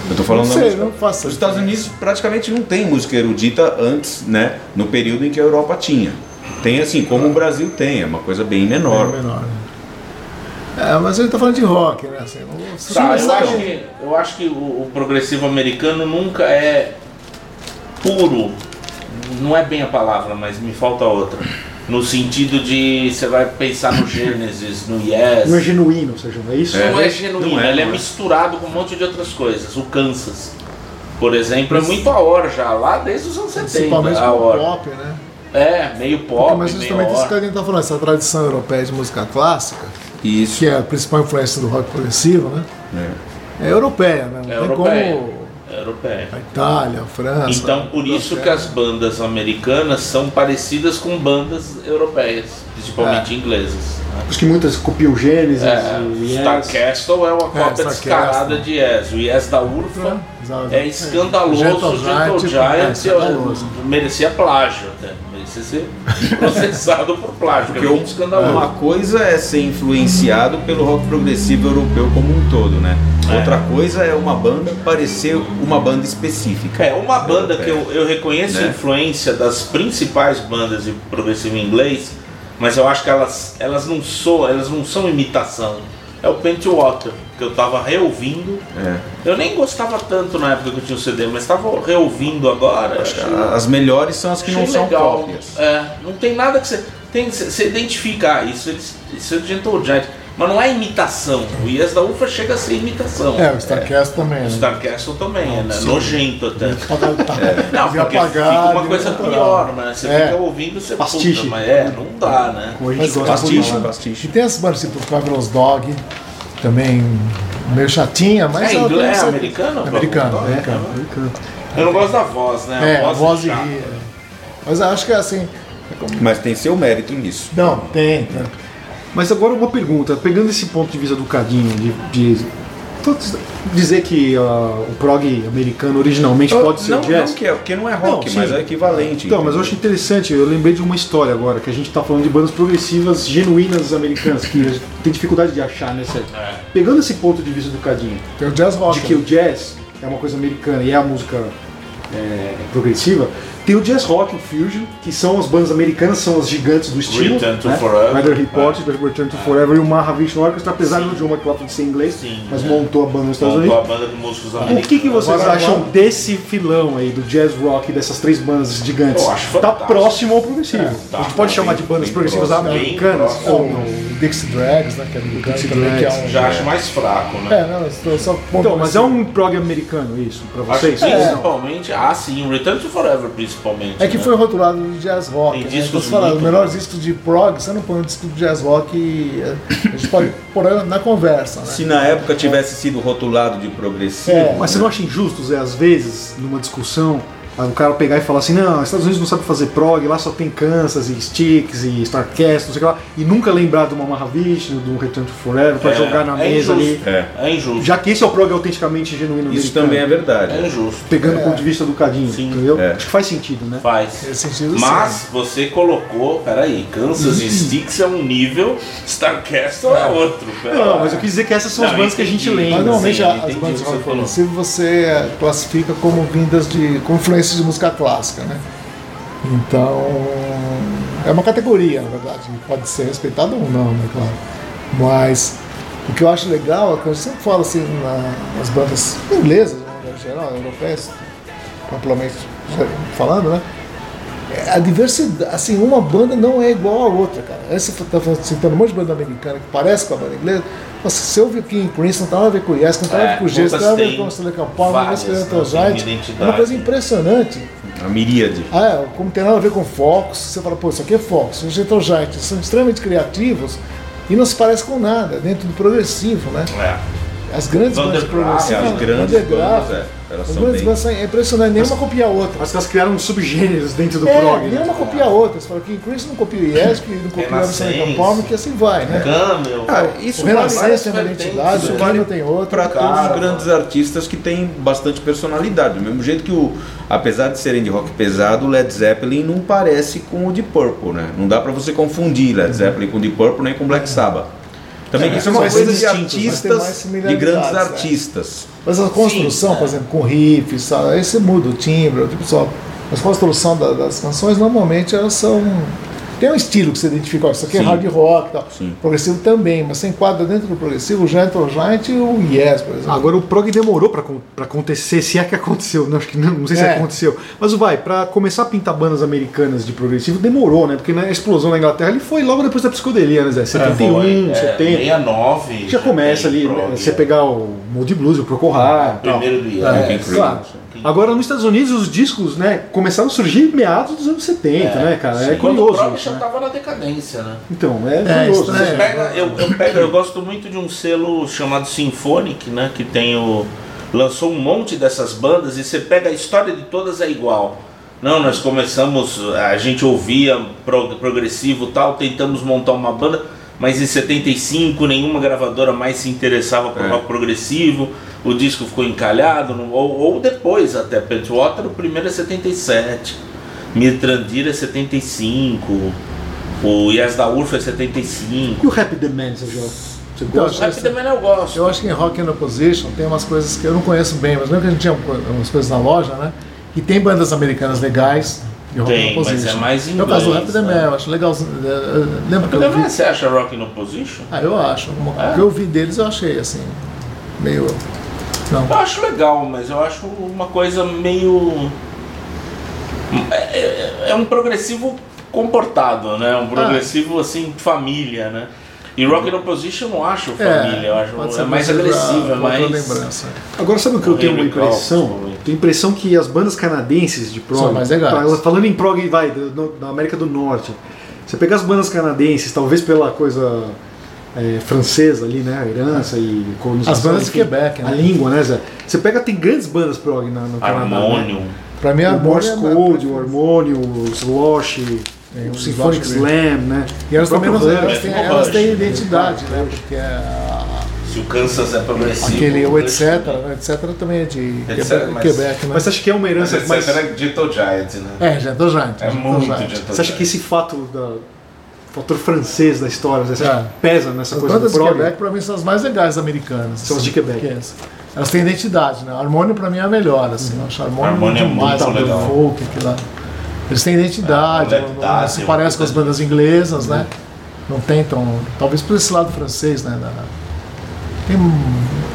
Speaker 1: Eu tô falando da
Speaker 2: não sei,
Speaker 1: música.
Speaker 2: não faço.
Speaker 1: Os Estados Unidos praticamente não tem música erudita antes, né? No período em que a Europa tinha. Tem assim, como o Brasil tem, é uma coisa bem
Speaker 2: é
Speaker 1: menor.
Speaker 2: menor. né? É, mas a gente tá falando de rock, né? Assim, não- se
Speaker 4: Tá, eu,
Speaker 2: começar-
Speaker 4: acho que, eu acho que o, o progressivo americano nunca é puro. Não é bem a palavra, mas me falta outra. No sentido de você vai pensar no Gênesis, no
Speaker 3: Não é
Speaker 4: Yes.
Speaker 3: genuíno, seja, não é isso?
Speaker 4: Não é
Speaker 1: Não
Speaker 4: genuíno,
Speaker 1: é,
Speaker 4: ele é
Speaker 1: não é.
Speaker 4: misturado com um monte de outras coisas. O Kansas, por exemplo, é muito a hora já, lá desde os anos 70.
Speaker 2: Principalmente
Speaker 4: A
Speaker 2: com o
Speaker 4: hora.
Speaker 2: pop, né?
Speaker 4: É, meio pop,
Speaker 2: Porque, mas
Speaker 4: meio é
Speaker 2: justamente isso que
Speaker 4: hora.
Speaker 2: a gente tá falando, essa tradição europeia de música clássica,
Speaker 1: Isso.
Speaker 2: que é a principal influência do rock progressivo, né?
Speaker 1: né?
Speaker 2: É europeia, né? Não
Speaker 4: É
Speaker 2: tem
Speaker 4: europeia. é
Speaker 2: como
Speaker 4: Europeia.
Speaker 2: a Itália, a França.
Speaker 4: Então, por isso que as bandas americanas são parecidas com bandas europeias,
Speaker 2: É.
Speaker 4: principalmente inglesas. né?
Speaker 3: Acho que muitas copiam o Gênesis
Speaker 4: É,
Speaker 3: e
Speaker 4: o
Speaker 3: Yes.
Speaker 4: Star Castle é uma cópia
Speaker 2: Star
Speaker 4: descarada
Speaker 2: Castle.
Speaker 4: de Yes. O Yes da
Speaker 2: Né?
Speaker 4: Urfa
Speaker 2: Exato.
Speaker 4: é escandaloso.
Speaker 2: Gentle
Speaker 4: O Gentle
Speaker 2: Giant,
Speaker 4: Giant
Speaker 2: é,
Speaker 4: eu-
Speaker 2: escandaloso.
Speaker 4: merecia plágio até. Merecia ser processado por plágio, porque é muito escandaloso.
Speaker 1: Uma coisa um é ser influenciado pelo rock progressivo europeu como um todo, né? Outra coisa é uma banda parecer uma banda específica.
Speaker 4: É, uma banda que eu, eu reconheço
Speaker 1: Né?
Speaker 4: a influência das principais bandas de progressivo inglês, mas eu acho que elas, elas não soam, elas não são imitação. É o Paint Water, que eu tava reouvindo.
Speaker 1: É.
Speaker 4: Eu nem gostava tanto na época que eu tinha o CD, mas tava reouvindo agora. Acho
Speaker 1: As melhores são as que não
Speaker 4: Achei
Speaker 1: são
Speaker 4: legal.
Speaker 1: cópias.
Speaker 4: É, não tem nada que você. Tem, você- você identificar isso, eles, isso é o Gentle Giant. Mas não é imitação. O Yes da Ufa chega a ser imitação.
Speaker 2: É, o Starcast também,
Speaker 4: O
Speaker 2: né? Tá,
Speaker 4: Starcastle também, é né? nojento até. É. Não,
Speaker 2: Devia
Speaker 4: porque
Speaker 2: apagar,
Speaker 4: fica uma
Speaker 2: devia
Speaker 4: coisa
Speaker 2: apagar.
Speaker 4: pior, né? Você
Speaker 2: É.
Speaker 4: fica ouvindo, você
Speaker 3: Pastiche.
Speaker 4: puta, mas é, não dá, né?
Speaker 3: Como a gente
Speaker 2: Mas
Speaker 3: gosta de
Speaker 1: Pastiche,
Speaker 3: falar.
Speaker 2: E
Speaker 1: pastiche.
Speaker 2: tem as bandas tipo Fabulous Dog, também meio chatinha, mas
Speaker 4: É
Speaker 2: ela tem
Speaker 4: inglês,
Speaker 2: essa-
Speaker 4: é americano?
Speaker 2: Americano,
Speaker 4: Pablo?
Speaker 2: é.
Speaker 4: Eu não gosto da voz, né?
Speaker 2: É, a voz de
Speaker 4: chata.
Speaker 2: rir. é. Mas eu acho que é assim. é como-
Speaker 1: Mas tem seu mérito nisso.
Speaker 2: Não, tem, tem.
Speaker 3: Mas agora uma pergunta, pegando esse ponto de vista do Cadinho, de, de- todos- dizer que ah, o prog americano originalmente pode ser
Speaker 1: não,
Speaker 3: jazz.
Speaker 1: não que é, porque não é rock,
Speaker 3: Não, sim.
Speaker 1: mas é equivalente.
Speaker 3: Então, mas eu acho
Speaker 1: entendeu?
Speaker 3: interessante, eu lembrei de uma história agora, que a gente tá falando de bandas progressivas genuínas americanas, que a gente tem dificuldade de achar, né, Sérgio? Pegando esse ponto de vista do Cadinho,
Speaker 2: Tem o jazz rock. né?
Speaker 3: de que o jazz é uma coisa americana e é a música é, progressiva, tem o jazz rock, o fusion, que são as bandas americanas, são as gigantes do estilo. né?
Speaker 4: Return to Forever. É.
Speaker 3: Weather Report, Return to Forever e o Mahavishnu Orchestra, apesar do John McLaughlin ser inglês,
Speaker 4: Sim,
Speaker 3: mas
Speaker 4: é.
Speaker 3: montou a banda nos Estados
Speaker 4: Montou
Speaker 3: Unidos.
Speaker 4: a banda de músicos
Speaker 3: O
Speaker 4: americanos.
Speaker 3: que, que vocês
Speaker 2: Agora,
Speaker 3: acham
Speaker 2: agora-
Speaker 3: desse filão aí, do jazz rock, dessas três bandas gigantes?
Speaker 4: Eu acho
Speaker 3: tá
Speaker 4: fantástico.
Speaker 3: próximo ao progressivo.
Speaker 4: tá.
Speaker 3: a gente pode chamar de
Speaker 4: Bem-
Speaker 3: bandas
Speaker 4: bem
Speaker 3: progressivas
Speaker 4: próximo, bem
Speaker 3: americanas?
Speaker 4: próximo.
Speaker 3: Ou
Speaker 2: Ou o Dixie Drags, né? Que é americano
Speaker 3: Dixie
Speaker 2: também, que é
Speaker 3: Drags,
Speaker 2: um.
Speaker 4: Já acho mais fraco, né?
Speaker 2: É, não, eu só
Speaker 3: Então, mas é um prog americano isso, pra
Speaker 4: Acho que
Speaker 3: vocês? Então,
Speaker 4: principalmente, ah sim, Return to Forever principalmente.
Speaker 2: É que
Speaker 4: né?
Speaker 2: foi rotulado de jazz rock.
Speaker 4: Tem
Speaker 2: né?
Speaker 4: discos
Speaker 2: Então, você fala,
Speaker 4: muito
Speaker 2: o melhor
Speaker 4: bons.
Speaker 2: disco de prog, você não põe um disco de jazz rock e é, a gente pode pôr na conversa, né?
Speaker 1: Se na época tivesse sido rotulado de progressivo,
Speaker 2: É,
Speaker 3: Mas você não acha injusto, Zé, às vezes, numa discussão, ah, o cara pegar e falar assim, não, os Estados Unidos não sabe fazer prog, lá só tem Kansas e Sticks e Starcast, não sei o que lá, e nunca lembrar de uma Mahavishnu, de um Return to Forever, pra
Speaker 4: É,
Speaker 3: jogar na
Speaker 4: é
Speaker 3: mesa ali.
Speaker 4: injusto.
Speaker 1: É.
Speaker 4: É injusto.
Speaker 3: Já que esse é o prog autenticamente genuíno
Speaker 1: isso
Speaker 3: americano,
Speaker 1: também é verdade.
Speaker 4: É injusto.
Speaker 3: Pegando o ponto de vista do Cadinho,
Speaker 4: Sim.
Speaker 3: entendeu?
Speaker 1: É.
Speaker 3: Acho que faz sentido, né?
Speaker 4: Faz.
Speaker 2: Nesse sentido, sim.
Speaker 4: Mas você colocou, peraí, Kansas e Sticks é um nível, Starcastle é outro. pera
Speaker 3: Não,
Speaker 4: lá.
Speaker 3: mas eu quis dizer que essas são as
Speaker 4: Não,
Speaker 3: bandas que a gente
Speaker 4: entendi.
Speaker 2: Mas
Speaker 3: lembra. assim.
Speaker 2: normalmente
Speaker 4: sim,
Speaker 2: a- as
Speaker 4: entendi
Speaker 2: bandas
Speaker 4: o
Speaker 2: de
Speaker 4: que você
Speaker 2: rock
Speaker 4: falou.
Speaker 2: progressivo você classifica como vindas de confluência de música clássica, né? Então é uma categoria, na verdade, que pode ser respeitada ou não, né? Claro. Mas o que eu acho legal é que eu sempre falo assim na- nas bandas inglesas, de maneira geral, europeias, amplamente falando, né? É, A diversidade, assim, uma banda não é igual à outra, cara. Aí Você tá falando- citando um monte de banda americana que parece com a banda inglesa. Nossa, você ouve o King Crimson, não tem nada a ver com o Yes, não tem nada a ver com o
Speaker 4: É,
Speaker 2: Gesso, não tem nada a ver
Speaker 4: tem
Speaker 2: com o Celestial Palm, não tem nada a ver com o
Speaker 4: várias, né, tem
Speaker 2: Giant. É uma coisa
Speaker 4: identidade.
Speaker 2: impressionante.
Speaker 1: A miríade.
Speaker 2: Ah, é, como tem nada a ver com Fox, você fala, pô, isso aqui é Fox, o Gentle Giant, eles são extremamente criativos e não se parece com nada, dentro do progressivo, né?
Speaker 4: É.
Speaker 2: As grandes bandas
Speaker 3: Ah,
Speaker 4: Vandergraaf,
Speaker 1: É,
Speaker 2: progressivas,
Speaker 1: as grandes
Speaker 2: Vandergraaf,
Speaker 1: bandas, é, elas
Speaker 2: as
Speaker 1: são
Speaker 2: grandes
Speaker 1: bem-
Speaker 2: bandas são é impressionante, nenhuma copia a outra.
Speaker 3: Acho que elas criaram subgêneros dentro do
Speaker 2: É,
Speaker 3: prog, né?
Speaker 2: nenhuma copia a outra. Você fala que Chris não copia o Yes, que
Speaker 1: É
Speaker 2: não copia o Sonic
Speaker 4: Renascença.
Speaker 2: Palm, que assim vai, né?
Speaker 3: Ah,
Speaker 4: Camel.
Speaker 1: Ah, isso
Speaker 2: O Renascença tem uma
Speaker 4: várias
Speaker 2: identidade,
Speaker 1: vertentes,
Speaker 2: o
Speaker 1: né?
Speaker 2: Kino tem outra.
Speaker 1: para todos os grandes artistas que têm bastante personalidade. Do mesmo jeito que, o, apesar de serem de rock pesado, o Led Zeppelin não parece com o de Purple, né? Não dá para você confundir Led Zeppelin com o de Purple nem com Black Sabbath. Também
Speaker 2: Uhum. É,
Speaker 1: isso é uma
Speaker 2: são
Speaker 1: coisa de
Speaker 2: distintos, mas tem mais
Speaker 1: artistas, de
Speaker 2: similaridades,
Speaker 1: grandes
Speaker 2: né?
Speaker 1: artistas.
Speaker 2: Mas a
Speaker 1: é.
Speaker 2: construção, por exemplo, com riffs, sabe? aí você muda o timbre, tipo só. Mas a construção da- das canções, normalmente elas são. Tem um estilo que você identifica, ó, isso aqui é
Speaker 1: Sim.
Speaker 2: hard rock e tal.
Speaker 1: Sim.
Speaker 2: Progressivo também, mas você enquadra dentro do progressivo o Gentle Giant e o Yes, por exemplo.
Speaker 3: Agora o prog demorou pra, acon- pra acontecer, se é que aconteceu, não, acho que não, não sei se
Speaker 2: É.
Speaker 3: aconteceu. Mas vai, pra começar a pintar bandas americanas de progressivo, demorou, né? Porque na explosão na Inglaterra ele foi logo depois da psicodelia, né, Zé? 71,
Speaker 4: Foi, é,
Speaker 3: 70.
Speaker 4: 69.
Speaker 3: já começa
Speaker 4: tem
Speaker 3: ali,
Speaker 4: prog,
Speaker 3: né, você
Speaker 4: é.
Speaker 3: pegar o Moody Blues, o Procorra.
Speaker 4: Primeiro do
Speaker 3: É,
Speaker 4: Ian.
Speaker 3: claro. Agora nos Estados Unidos os discos, né, começaram a surgir em meados dos anos 70, né, cara? É
Speaker 4: Quando o
Speaker 3: curioso.
Speaker 4: prog
Speaker 3: isso,
Speaker 4: já tá-
Speaker 3: né?
Speaker 4: tava na decadência, né?
Speaker 3: Então, é,
Speaker 2: É,
Speaker 3: curioso.
Speaker 2: isso, né?
Speaker 3: né?
Speaker 4: Pega- eu, eu pego- eu gosto muito de um selo chamado Symphonic, né? Que tem o. lançou um monte dessas bandas e você pega a história de todas é igual. Não, nós começamos, a gente ouvia pro- progressivo e tal, tentamos montar uma banda, mas em 75 nenhuma gravadora mais se interessava por
Speaker 1: É.
Speaker 4: rock progressivo, o disco ficou encalhado, não- ou, ou depois até, Pentwater o primeiro é 77, Mirtrandir é 75, o Yes da Urfa é 75,
Speaker 3: E o Rap The Man, você já você
Speaker 2: Então,
Speaker 3: gosta?
Speaker 4: Rap também eu gosto.
Speaker 2: Eu acho que em Rock and Opposition tem umas coisas que eu não conheço bem, mas lembra que a gente tinha umas coisas na loja, né? E tem bandas americanas legais de Rock
Speaker 4: Tem,
Speaker 2: and Opposition.
Speaker 4: mas é mais
Speaker 2: É o caso do
Speaker 4: inglês,
Speaker 2: Rapid Man,
Speaker 4: né?
Speaker 2: eu acho legal. Lembra que eu vi?
Speaker 4: Você acha Rock in Opposition?
Speaker 2: Ah, eu acho. O
Speaker 4: assim. É?
Speaker 2: que eu vi deles eu achei assim, meio. Não.
Speaker 4: Eu acho legal, mas eu acho uma coisa meio. É, é- é um progressivo comportado, né?
Speaker 2: Ah.
Speaker 4: Um progressivo assim, família, né? E Rock in Opposition eu não acho família, eu
Speaker 2: É, pode
Speaker 4: acho
Speaker 2: ser
Speaker 4: é mais
Speaker 2: considerado
Speaker 4: agressivo,
Speaker 2: uma
Speaker 4: é
Speaker 2: outra
Speaker 4: mais.
Speaker 2: lembrança.
Speaker 3: Agora sabe o que eu tenho uma
Speaker 4: Henry Cowell,
Speaker 3: impressão?
Speaker 4: provavelmente.
Speaker 3: Tenho a impressão que as bandas canadenses de prog,
Speaker 2: São mais legais.
Speaker 3: pra- falando em prog, vai, do- no- da América do Norte, você pega as bandas canadenses, talvez pela coisa é, francesa ali, né, a herança e colonização.
Speaker 2: As bandas de
Speaker 3: enfim,
Speaker 2: Quebec, né?
Speaker 3: A língua, né, Zé? Você pega, tem grandes bandas prog na, no Canadá. né?
Speaker 4: Harmônio.
Speaker 2: Pra mim, a é
Speaker 3: O Morse
Speaker 2: Morse né?
Speaker 3: Code, o Harmônio, o Slosh,
Speaker 2: Tem
Speaker 3: o
Speaker 2: o
Speaker 3: Symphonic
Speaker 2: Slosh
Speaker 3: Slam, né?
Speaker 2: E elas
Speaker 3: O próprio
Speaker 2: também não,
Speaker 3: Rush.
Speaker 2: elas têm,
Speaker 4: é Rush.
Speaker 2: elas têm identidade, né? Porque a-
Speaker 4: Se o Kansas é progressivo.
Speaker 2: aquele o etc,
Speaker 4: Etc.
Speaker 2: né? etc também é de
Speaker 4: Etc,
Speaker 2: Quebec,
Speaker 4: mas-
Speaker 2: Quebec, né?
Speaker 3: Mas você acha que é uma herança mais...
Speaker 4: é Digital Giant, né?
Speaker 2: É, já tô já.
Speaker 4: É muito Digital
Speaker 3: Você acha que
Speaker 4: Giant.
Speaker 3: esse fato da fator francês da história, você acha
Speaker 2: É.
Speaker 3: que pesa nessa
Speaker 2: As
Speaker 3: coisa do
Speaker 2: bandas de
Speaker 3: prog?
Speaker 2: Quebec, pra mim, são as mais legais americanas.
Speaker 3: São as de Quebec.
Speaker 2: Que é essa. Elas têm identidade, né? Harmônio pra mim é a melhor, assim. Eu acho harmônio,
Speaker 4: Harmônio é
Speaker 2: muito mais
Speaker 4: muito
Speaker 2: do
Speaker 4: legal.
Speaker 2: folk, que lá. Eles têm identidade,
Speaker 4: É,
Speaker 2: não- não-
Speaker 4: tá,
Speaker 2: não se
Speaker 4: tem
Speaker 2: parece
Speaker 4: uma
Speaker 2: com as
Speaker 4: coisa-
Speaker 2: bandas inglesas, né? Não tentam. Talvez por esse lado francês, né? da- Tem,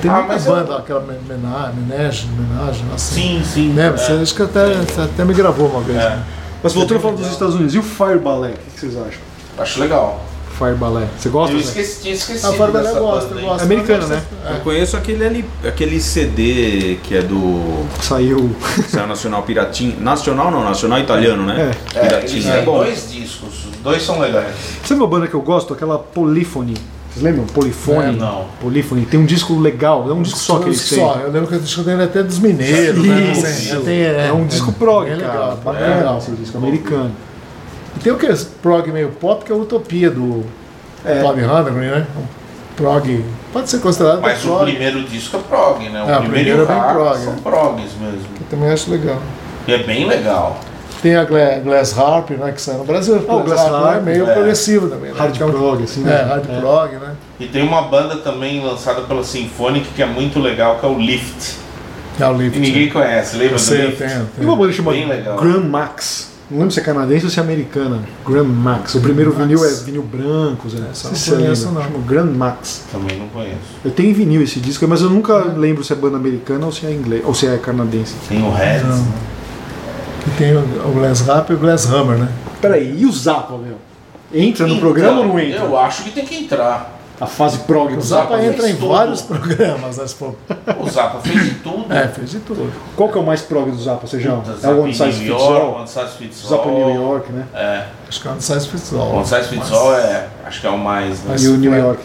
Speaker 2: tem
Speaker 4: Ah,
Speaker 2: muita
Speaker 4: mas eu-
Speaker 2: banda, aquela menagem, menagem, menagem, assim.
Speaker 4: Sim, É. sim.
Speaker 2: Né? Você acho que até, você até me gravou uma vez. né?
Speaker 3: Mas voltando a falar dos Estados Unidos, e o Fire Ballet? O que que vocês acham?
Speaker 4: Acho legal.
Speaker 3: Fire Ballet. Você gosta?
Speaker 4: Eu
Speaker 3: Zé?
Speaker 4: esqueci, tinha esquecido.
Speaker 2: A Farba eu
Speaker 4: dessa
Speaker 2: gosto,
Speaker 4: banda,
Speaker 2: eu
Speaker 4: hein?
Speaker 2: gosto.
Speaker 3: É americana, né?
Speaker 1: Eu conheço aquele, ali- aquele CD que é do
Speaker 3: Saiu.
Speaker 1: Saiu Nacional Piratinho. Nacional não, Nacional Italiano, né?
Speaker 4: É, eles
Speaker 1: Piratinho.
Speaker 4: têm
Speaker 1: É bom.
Speaker 4: dois discos, os dois são legais.
Speaker 3: Sabe uma banda que eu gosto? Aquela Polyphony. Vocês lembram? Polyphony?
Speaker 2: É,
Speaker 4: não.
Speaker 3: Polyphony. Tem um disco legal, é um disco só que eles têm.
Speaker 2: Só, eu lembro que eu escutei até dos mineiros, né?
Speaker 3: Isso.
Speaker 2: Assim, tem- é,
Speaker 3: É um disco prog,
Speaker 2: bem
Speaker 3: cara.
Speaker 2: legal,
Speaker 3: Bacana
Speaker 2: bem legal.
Speaker 3: esse disco é americano.
Speaker 2: E tem o que é esse prog meio pop, que é a utopia do
Speaker 3: É.
Speaker 2: Tommy Hammerman, né? Um prog. Pode ser considerado
Speaker 4: Mas
Speaker 2: até
Speaker 4: o
Speaker 2: prog.
Speaker 4: primeiro disco é prog, né? O
Speaker 3: Ah,
Speaker 2: É, o
Speaker 4: primeiro,
Speaker 2: primeiro é bem
Speaker 4: hard
Speaker 2: prog,
Speaker 4: São
Speaker 3: né?
Speaker 2: é.
Speaker 4: progs mesmo.
Speaker 2: Eu também acho legal.
Speaker 4: E é bem legal.
Speaker 2: Tem a Gla- Glass Harp, né? Que saiu no Brasil.
Speaker 3: Ah, o Glass
Speaker 2: é
Speaker 3: Harp,
Speaker 2: meio
Speaker 4: é.
Speaker 2: progressivo também. Né?
Speaker 3: Hard
Speaker 2: Então,
Speaker 3: prog, assim,
Speaker 2: É,
Speaker 3: né?
Speaker 2: hard prog, né?
Speaker 4: E tem uma banda também lançada pela Symphonic que é muito legal, que é o Lift.
Speaker 2: É o
Speaker 4: Que
Speaker 2: Lift.
Speaker 4: ninguém
Speaker 3: né?
Speaker 4: conhece, lembra
Speaker 2: Eu
Speaker 4: do
Speaker 2: sei, eu
Speaker 4: Lift?
Speaker 2: tenho. eu
Speaker 3: E
Speaker 2: tenho.
Speaker 3: uma banda chamada
Speaker 4: Bem legal.
Speaker 3: Grand Max. Não lembro se é canadense ou se é americana. Grand Max. O primeiro
Speaker 2: Grand
Speaker 3: vinil é
Speaker 2: Max.
Speaker 3: vinil branco, Zé. Não sei
Speaker 2: não
Speaker 3: se você
Speaker 2: conheço,
Speaker 3: lembra.
Speaker 2: não.
Speaker 3: Chama Grand Max.
Speaker 4: Também não conheço.
Speaker 3: Eu tenho em vinil esse disco, mas eu nunca lembro se é banda americana ou se é inglês, ou se é canadense.
Speaker 4: Tem o Reds. né?
Speaker 2: E tem o o Glass Harp e o Glass Hammer, né?
Speaker 3: Peraí, e o Zappa, meu? Entra Tá no
Speaker 4: Então,
Speaker 3: programa ou não entra?
Speaker 4: Eu acho que tem que entrar.
Speaker 3: A fase prog do
Speaker 2: O
Speaker 3: Zappa.
Speaker 2: Zappa
Speaker 3: é-
Speaker 4: fez
Speaker 2: entra em
Speaker 4: tudo.
Speaker 2: vários programas, né? se for-
Speaker 4: O Zappa fez de tudo.
Speaker 2: É, fez de tudo.
Speaker 3: Qual que é o mais prog do Zappa, Sejão? É
Speaker 4: Zappa
Speaker 3: o One
Speaker 4: em
Speaker 3: Size
Speaker 4: New
Speaker 3: Fits
Speaker 4: York,
Speaker 3: All?
Speaker 4: One Size Fits All.
Speaker 3: Zappa em New York, né?
Speaker 4: É.
Speaker 2: Acho que é um size fits all.
Speaker 4: One Size Fits All é, acho que é o mais, né?
Speaker 3: E o New York,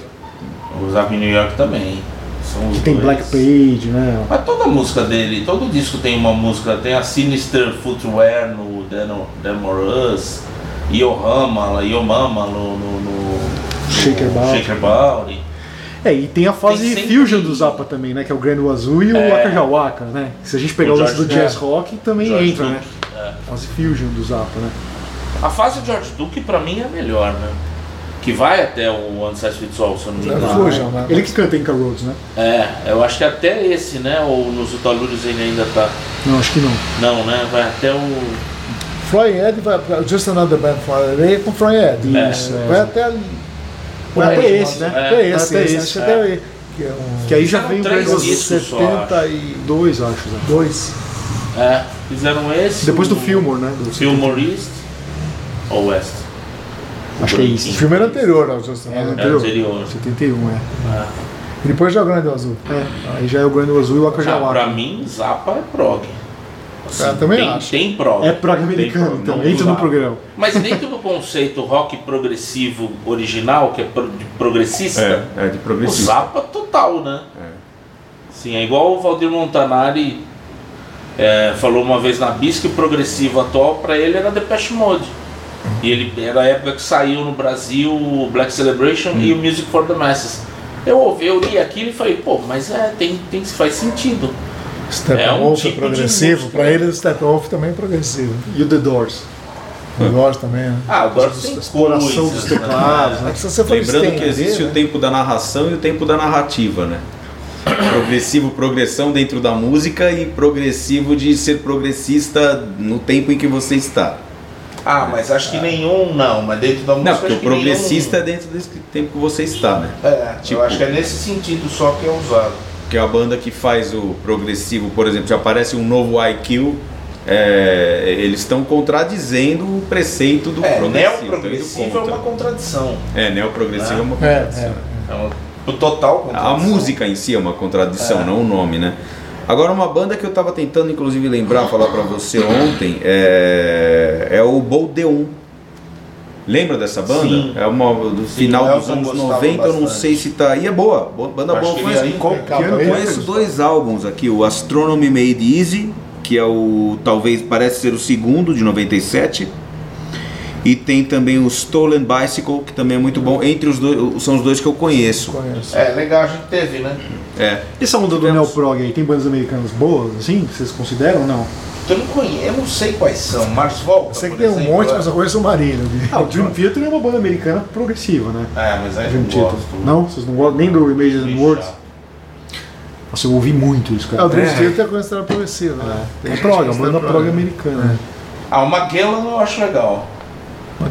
Speaker 4: O Zappa em New York também. São os
Speaker 3: que tem
Speaker 4: dois.
Speaker 3: Black Page, né?
Speaker 4: Mas toda música dele, todo disco tem uma música, tem a Sinister Footwear no Demorus, Yohamala, Yomama no, no, no
Speaker 3: Shaker
Speaker 4: no
Speaker 3: Body.
Speaker 4: Shaker Body.
Speaker 3: É, e tem a fase
Speaker 4: Tem sempre-
Speaker 3: fusion do Zappa também, né? Que é o Grand Wazoo e o Akajawaka, né? Se a gente pegar
Speaker 4: O
Speaker 3: o, lance do
Speaker 4: George
Speaker 3: jazz
Speaker 4: Duke.
Speaker 3: rock, também
Speaker 4: George
Speaker 3: entra,
Speaker 4: Duke,
Speaker 3: né? Fase fusion do Zappa, né?
Speaker 4: A fase de George Duke pra mim é a melhor, né? Que vai até o One Size Fits All, se eu não me
Speaker 2: É,
Speaker 3: Ah,
Speaker 4: engano.
Speaker 2: Fusion, né?
Speaker 3: Ele que canta Inca Roads, né?
Speaker 4: É, eu acho que até esse, né? Ou nos Utalúrios ele ainda tá.
Speaker 3: Não, acho que não.
Speaker 4: Não, né? Vai até o.
Speaker 2: Fry Ed vai pra Just Another Band for a Day com Fry Ed.
Speaker 3: Isso, é.
Speaker 2: Vai até.
Speaker 3: Vai até
Speaker 2: Vai
Speaker 3: esse, né?
Speaker 2: Até
Speaker 3: É,
Speaker 2: esse,
Speaker 3: até
Speaker 2: esse,
Speaker 3: esse.
Speaker 2: acho que até esse. Que é um
Speaker 3: Que aí já vem o Grand
Speaker 4: três
Speaker 3: Wazoo.
Speaker 4: discos só.
Speaker 2: 72.
Speaker 3: Dois, acho, né?
Speaker 4: É, fizeram esse.
Speaker 3: Depois do
Speaker 4: o-
Speaker 3: Fillmore, né? Do-
Speaker 4: Fillmore East ou West?
Speaker 3: Acho que é isso.
Speaker 2: O filme era anterior ao Just Another Band.
Speaker 4: É anterior.
Speaker 3: 71, é.
Speaker 2: E depois já o Grande Azul.
Speaker 3: é. Aí já é o Grand Wazoo e o
Speaker 4: Ah, pra
Speaker 3: Akajawaka.
Speaker 4: mim, Zappa é prog.
Speaker 2: Eu É, também
Speaker 4: tem,
Speaker 2: acho.
Speaker 4: tem prog.
Speaker 3: É prog
Speaker 4: Tem
Speaker 3: americano,
Speaker 4: prog,
Speaker 3: então.
Speaker 4: não
Speaker 3: Entra
Speaker 4: dá.
Speaker 3: no programa.
Speaker 4: Mas dentro do conceito rock progressivo original, que é pro- de progressista,
Speaker 1: É, é de
Speaker 4: o
Speaker 1: progressivo.
Speaker 4: Zappa total, né? Sim, é igual o Valdir Montanari é, falou uma vez na Bis que o progressivo atual pra ele era Depeche Mode. E ele era a época que saiu no Brasil o Black Celebration e o Music for the Masses. Eu ouvi, eu li aquilo e falei, pô, mas é, tem, tem, faz sentido.
Speaker 2: Steppenwolf é
Speaker 4: tipo de
Speaker 2: progressivo.
Speaker 4: música.
Speaker 2: Pra ele, o Steppenwolf também é progressivo.
Speaker 3: E o The Doors.
Speaker 2: Eu gosto também, né? É
Speaker 4: Ah, agora tem
Speaker 3: Exploração
Speaker 4: coisas,
Speaker 3: dos
Speaker 4: né?
Speaker 3: teclados, né?
Speaker 2: Se você for
Speaker 1: Lembrando que
Speaker 2: estender,
Speaker 1: existe o
Speaker 2: né?
Speaker 1: tempo da narração e o tempo da narrativa, né? Progressivo, progressão dentro da música e progressivo de ser progressista no tempo em que você está.
Speaker 4: Ah, mas acho que nenhum não, mas dentro da música
Speaker 1: Não, porque
Speaker 4: Então, acho
Speaker 1: o
Speaker 4: que um
Speaker 1: progressista é dentro desse tempo que você está, né?
Speaker 4: nenhum. É,
Speaker 1: tipo-
Speaker 4: eu acho que é nesse sentido só que é usado.
Speaker 1: Que é a banda que faz o progressivo, por exemplo, se aparece um novo IQ, é, eles estão contradizendo o preceito do
Speaker 4: É,
Speaker 1: progressivo.
Speaker 4: neoprogressivo
Speaker 1: estão
Speaker 4: é
Speaker 1: indo
Speaker 4: uma
Speaker 1: contra.
Speaker 4: contradição.
Speaker 1: É, neoprogressivo é uma
Speaker 2: É,
Speaker 1: contradição.
Speaker 2: é.
Speaker 4: É uma o total contradição.
Speaker 1: A música em si é uma contradição, não o nome, né? Agora, uma banda que eu tava tentando, inclusive, lembrar, falar pra você ontem, é, é o Boldeum. Lembra dessa banda?
Speaker 4: Sim.
Speaker 1: É uma do final
Speaker 4: o
Speaker 1: dos
Speaker 4: Elton
Speaker 1: anos
Speaker 4: gostava
Speaker 1: 90, eu não
Speaker 4: bastante.
Speaker 1: sei se tá aí. É boa, boa banda
Speaker 4: Acho
Speaker 1: boa.
Speaker 4: que
Speaker 1: Eu conheço,
Speaker 4: ele
Speaker 3: Qual que ano
Speaker 1: eu
Speaker 3: que é?
Speaker 1: conheço dois álbuns aqui, o Astronomy Made Easy, que é o, talvez, parece ser o segundo, de 97. E tem também o Stolen Bicycle, que também é muito bom. Entre os dois, são os dois que eu conheço.
Speaker 2: Conheço.
Speaker 4: É, legal, a gente teve, né?
Speaker 1: É.
Speaker 3: Essa onda um do
Speaker 1: Tivemos.
Speaker 3: Neoprog aí, tem bandas americanas boas, assim? que Vocês consideram ou não?
Speaker 4: Eu não conheço, eu não sei quais são. Mars Volta,
Speaker 2: Eu sei que
Speaker 4: por
Speaker 2: tem um
Speaker 4: exemplo,
Speaker 2: monte,
Speaker 4: é.
Speaker 2: mas eu conheço o Marília.
Speaker 3: Ah, o Dream Theater é uma banda americana progressiva, né?
Speaker 4: É, mas aí eu
Speaker 3: Dream
Speaker 4: não
Speaker 3: Theater.
Speaker 4: gosto.
Speaker 3: Não? Vocês não gostam nem do Images and
Speaker 4: Bicho
Speaker 3: Words?
Speaker 4: chato.
Speaker 3: Nossa, eu ouvi muito isso,
Speaker 2: É, o
Speaker 3: cara.
Speaker 2: Dream Theater é considerado progressivo, né?
Speaker 3: É prog, é uma banda prog
Speaker 2: americana.
Speaker 3: americana. né?
Speaker 4: Ah, o Magellan eu acho legal.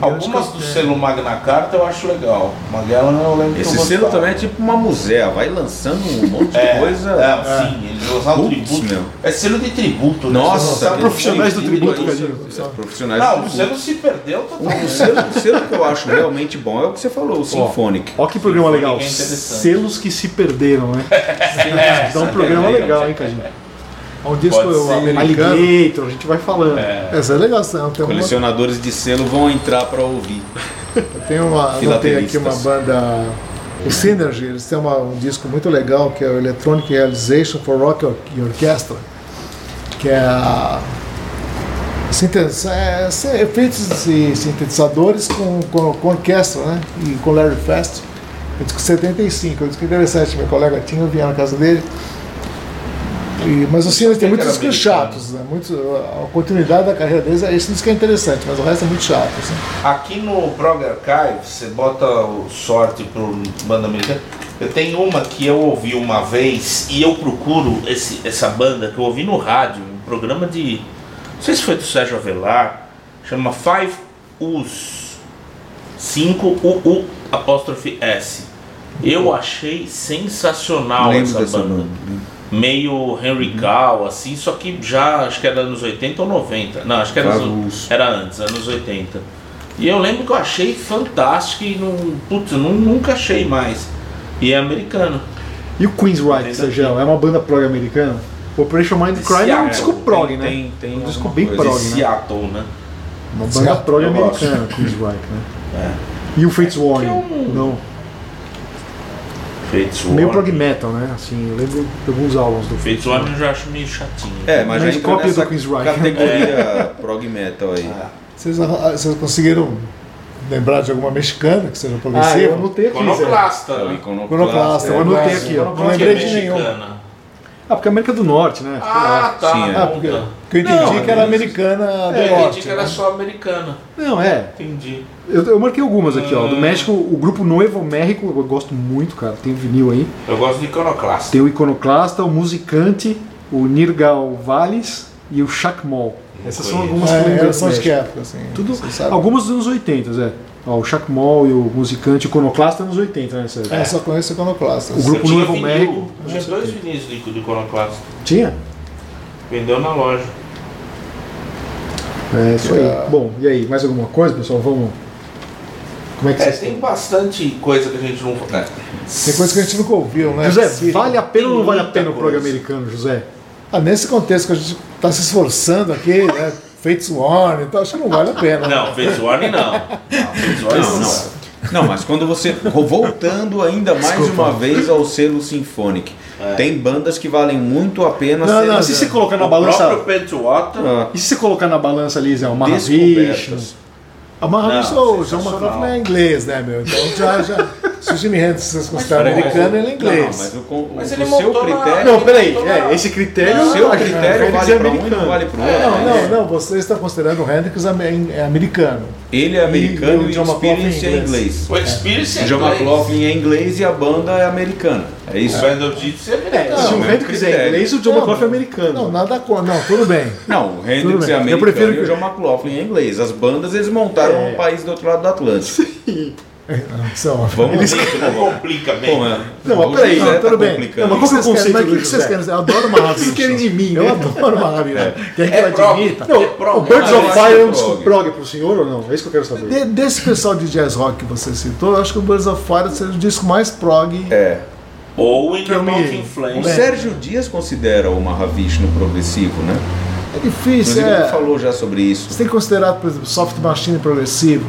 Speaker 4: Algumas do selo Magna Carta eu acho legal. Magellan eu lembro que
Speaker 1: Esse
Speaker 4: eu
Speaker 1: selo
Speaker 4: gostava.
Speaker 1: também é tipo uma musea, vai lançando um monte de
Speaker 4: É,
Speaker 1: coisa.
Speaker 4: é, sim, eles lançaram
Speaker 1: Putz,
Speaker 4: tributo.
Speaker 1: meu.
Speaker 4: É selo de tributo, né? Eles
Speaker 1: Nossa,
Speaker 4: lançaram-
Speaker 1: aquele
Speaker 3: profissionais do
Speaker 1: filme
Speaker 3: tributo,
Speaker 1: doido.
Speaker 3: Cadinho.
Speaker 1: Os Profissionais
Speaker 4: Não,
Speaker 1: do
Speaker 4: o
Speaker 1: tributo.
Speaker 4: selo se perdeu
Speaker 1: O
Speaker 4: totalmente.
Speaker 1: selo, o selo que eu acho realmente bom é o que você falou, o Symphonic.
Speaker 3: Ó que programa
Speaker 4: Sinfônica
Speaker 3: legal.
Speaker 4: é interessante. é,
Speaker 3: Selos que se perderam, né? Dá um programa legal, hein, Cadinho?
Speaker 2: Onde estou
Speaker 4: Pode
Speaker 2: eu,
Speaker 4: ser.
Speaker 2: É um americano?
Speaker 3: Alligator, a gente vai falando.
Speaker 2: Essa é legal, essa não tem uma
Speaker 1: Colecionadores de selo vão entrar pra ouvir.
Speaker 2: Tem uma, anotei aqui uma
Speaker 1: Filatelistas.
Speaker 2: banda, o Synergy, eles têm uma- um disco muito legal que é o Electronic Realization for Rock Or- e Orchestra, que é, a, sintetiz- é, se- efeitos e sintetizadores com, com, com orquestra, né? E com Larry Fest. Eu disco 75, eu é um disco interessante, meu colega tinha, eu vinha na casa dele. E- mas o Synergy tem
Speaker 4: Quem que
Speaker 2: muitos
Speaker 4: era
Speaker 2: discos
Speaker 4: americano?
Speaker 2: chatos, né? Muito, a continuidade da carreira deles, é- esse disco é interessante, mas o resto é muito chato. Assim.
Speaker 4: Aqui no Prog Archive, você bota o sorte pro banda americana. Eu tenho uma que eu ouvi uma vez e eu procuro esse- essa banda que eu ouvi no rádio, um programa de. Não sei se foi do Sérgio Avelar, chama Five Us. 5 UU apóstrofe S. Eu achei sensacional
Speaker 1: Lembro
Speaker 4: Ah, essa
Speaker 1: dessa
Speaker 4: banda.
Speaker 1: banda.
Speaker 4: Meio Henry Cal, assim, só que já acho que era anos 80 ou 90. Não, acho que era, anos,
Speaker 1: Fabuloso.
Speaker 4: era antes, anos 80. E eu lembro que eu achei fantástico e não, putz, eu nu- nunca achei mais. E é americano.
Speaker 3: E o Queensryche, Sérgio, é uma banda prog americana? Operation Mindcrime é um
Speaker 4: Seattle.
Speaker 3: disco prog, né?
Speaker 4: Tem, tem
Speaker 3: um disco
Speaker 4: alguma
Speaker 3: bem
Speaker 4: coisa.
Speaker 3: prog, né?
Speaker 4: Seattle, né?
Speaker 3: Uma banda
Speaker 2: Seattle,
Speaker 3: prog
Speaker 4: eu gosto. É.
Speaker 3: americana, Queensryche, né? E o Fates Warning,
Speaker 4: um
Speaker 3: não,
Speaker 4: Feito
Speaker 3: meio prog metal, né? Assim, eu lembro de alguns álbuns do Fates
Speaker 4: Feito
Speaker 3: Warning.
Speaker 4: eu já acho meio chatinho.
Speaker 1: É, mas já
Speaker 3: Mas
Speaker 1: entrou
Speaker 3: cópia
Speaker 1: nessa
Speaker 3: do Queen's Rock.
Speaker 4: É.
Speaker 1: categoria prog metal aí.
Speaker 2: Vocês, arran- vocês conseguiram lembrar de alguma mexicana que seja
Speaker 3: Ah, eu
Speaker 2: progressiva?
Speaker 3: anotei aqui, Zé.
Speaker 4: Iconoclasta,
Speaker 1: O
Speaker 4: né?
Speaker 1: Iconoclasta.
Speaker 2: Iconoclasta, eu
Speaker 1: é.
Speaker 2: anotei
Speaker 3: Iconoclasta.
Speaker 2: aqui, ó. não
Speaker 4: Qual que
Speaker 2: lembrei
Speaker 4: é
Speaker 2: de nenhum.
Speaker 4: mexicana?
Speaker 3: Ah, porque é América do Norte, né?
Speaker 4: Ah, tá.
Speaker 1: Sim, é.
Speaker 2: Ah, porque,
Speaker 4: Puta.
Speaker 2: porque eu entendi
Speaker 4: Não,
Speaker 2: que era
Speaker 4: mas-
Speaker 2: americana do
Speaker 4: É, eu entendi
Speaker 2: norte.
Speaker 4: que era
Speaker 2: né?
Speaker 4: só americana.
Speaker 3: Não, é.
Speaker 4: Entendi.
Speaker 3: Eu, eu marquei algumas aqui, ó. Do México, o grupo Novo México, eu gosto muito, cara. Tem um vinil aí.
Speaker 4: Eu gosto de iconoclasta.
Speaker 3: Tem o Iconoclasta, o Musicante, o Nirgal Valles e o Chacmol. Essas são
Speaker 4: conheço.
Speaker 3: algumas que
Speaker 2: É,
Speaker 3: eu lembrei do
Speaker 2: elas são de que
Speaker 3: México.
Speaker 2: época, assim?
Speaker 3: Tudo,
Speaker 2: vocês sabem?
Speaker 3: algumas dos anos 80, Zé. Ó, o Chacmol e o Musicante, o Iconoclasta anos 80, né, Sérgio?
Speaker 2: É, eu só conheço iconoclastas.
Speaker 3: O grupo
Speaker 4: eu tinha
Speaker 3: Novo
Speaker 4: vinil,
Speaker 3: México.
Speaker 4: Eu tinha dois vinis do do iconoclasta.
Speaker 3: Tinha?
Speaker 4: Vendeu na loja.
Speaker 3: É, isso
Speaker 2: É.
Speaker 3: aí. Bom, e aí, mais alguma coisa, pessoal? Vamos... Como é que
Speaker 4: É,
Speaker 3: vocês...
Speaker 4: tem bastante coisa que a gente não. É.
Speaker 2: Tem coisa que a gente nunca ouviu, né?
Speaker 3: José,
Speaker 2: Sim.
Speaker 3: vale a pena ou não
Speaker 4: Tem
Speaker 3: vale a
Speaker 4: muita
Speaker 3: pena o prog
Speaker 4: coisa.
Speaker 3: americano, José?
Speaker 2: Ah, nesse contexto que a gente está se esforçando aqui, né? Fates Warning, então acho que não vale a pena.
Speaker 4: Não, fez warning não. Não, fez warning
Speaker 1: Não, não. é. Não, mas quando você. Voltando ainda mais uma vez ao selo Symphonic.
Speaker 4: É.
Speaker 1: Tem bandas que valem muito a pena
Speaker 3: Não,
Speaker 1: serem
Speaker 3: não, se você colocar na
Speaker 4: O próprio
Speaker 3: balança...
Speaker 4: Pet Water.
Speaker 1: ah,
Speaker 3: E se você colocar na balança ali, Zé, o Mahavishnu...
Speaker 1: descobertas.
Speaker 2: A Mahavishnu,
Speaker 4: Não,
Speaker 2: o John
Speaker 4: sensacional.
Speaker 2: McLaughlin é inglês, né, meu? Então já, já. Se o Jimmy Hendrix vocês consideram
Speaker 1: Peraí, mas
Speaker 2: americano,
Speaker 1: o-
Speaker 2: ele é
Speaker 1: Não,
Speaker 2: inglês.
Speaker 1: não, mas o, con-
Speaker 4: Mas
Speaker 1: o
Speaker 4: ele
Speaker 1: seu
Speaker 4: montou na-
Speaker 1: critério.
Speaker 3: Não, peraí, é, esse critério...
Speaker 1: O seu
Speaker 3: Ah,
Speaker 1: critério
Speaker 3: Hendrix
Speaker 1: vale
Speaker 3: é
Speaker 1: pra um e
Speaker 3: americano.
Speaker 1: não vale pro outro.
Speaker 2: Não, não, não, você está considerando o Hendrix ame- é americano.
Speaker 1: Ele é americano
Speaker 2: E o
Speaker 1: e,
Speaker 2: John
Speaker 1: o Experience
Speaker 2: McLaughlin
Speaker 1: é
Speaker 2: é
Speaker 1: inglês.
Speaker 4: O Experience
Speaker 1: O John
Speaker 4: inglês.
Speaker 1: McLaughlin é inglês e a banda é americana. É
Speaker 4: O
Speaker 1: isso?
Speaker 4: Band of Jits é
Speaker 3: É,
Speaker 4: americano.
Speaker 3: se o
Speaker 1: mesmo
Speaker 3: Hendrix
Speaker 1: critério.
Speaker 3: é inglês, o John
Speaker 2: Não,
Speaker 3: McLaughlin é
Speaker 2: Não,
Speaker 3: americano.
Speaker 2: nada contra. Não, tudo bem.
Speaker 1: Não, o
Speaker 3: Tudo
Speaker 1: Hendrix
Speaker 3: bem.
Speaker 1: é
Speaker 3: Eu
Speaker 1: americano
Speaker 3: prefiro É.
Speaker 1: e o
Speaker 3: que-
Speaker 1: John McLaughlin é inglês. As bandas eles montaram um país do outro lado do Atlântico.
Speaker 2: São-
Speaker 1: Vamos ver
Speaker 4: Não complica bem.
Speaker 1: como é.
Speaker 3: Não, mas
Speaker 1: O
Speaker 3: peraí,
Speaker 1: José
Speaker 3: não,
Speaker 1: tá
Speaker 3: tudo bem.
Speaker 1: complicando.
Speaker 3: Não, mas
Speaker 2: né? O que
Speaker 3: Qual que é o
Speaker 2: vocês querem-
Speaker 3: conceito
Speaker 2: Mas o
Speaker 3: do
Speaker 2: que vocês
Speaker 3: José?
Speaker 2: querem? Eu adoro
Speaker 3: O que vocês
Speaker 2: Mahavishnu.
Speaker 3: querem de mim,
Speaker 2: Eu
Speaker 3: né?
Speaker 2: adoro Mahavishnu. Quer que
Speaker 4: É
Speaker 2: ela
Speaker 4: prog.
Speaker 2: admita?
Speaker 4: Não,
Speaker 3: O
Speaker 4: prog.
Speaker 3: Birds
Speaker 1: Ah,
Speaker 3: of
Speaker 1: eu acho
Speaker 3: Fire é
Speaker 1: que
Speaker 3: um disco
Speaker 1: prog.
Speaker 3: prog pro senhor ou não? É isso que eu quero saber.
Speaker 2: De- desse pessoal de jazz rock que você citou, eu acho que o Birds of Fire seria o disco mais prog.
Speaker 1: É.
Speaker 4: Ou In the
Speaker 2: eu me-
Speaker 4: Mountain
Speaker 1: O
Speaker 4: Flame.
Speaker 1: Sérgio Dias considera o Mahavishnu progressivo, né?
Speaker 2: É difícil,
Speaker 1: Inclusive, ele
Speaker 2: é.
Speaker 1: falou já sobre isso.
Speaker 2: Você tem que considerar, por exemplo, Soft Machine progressivo.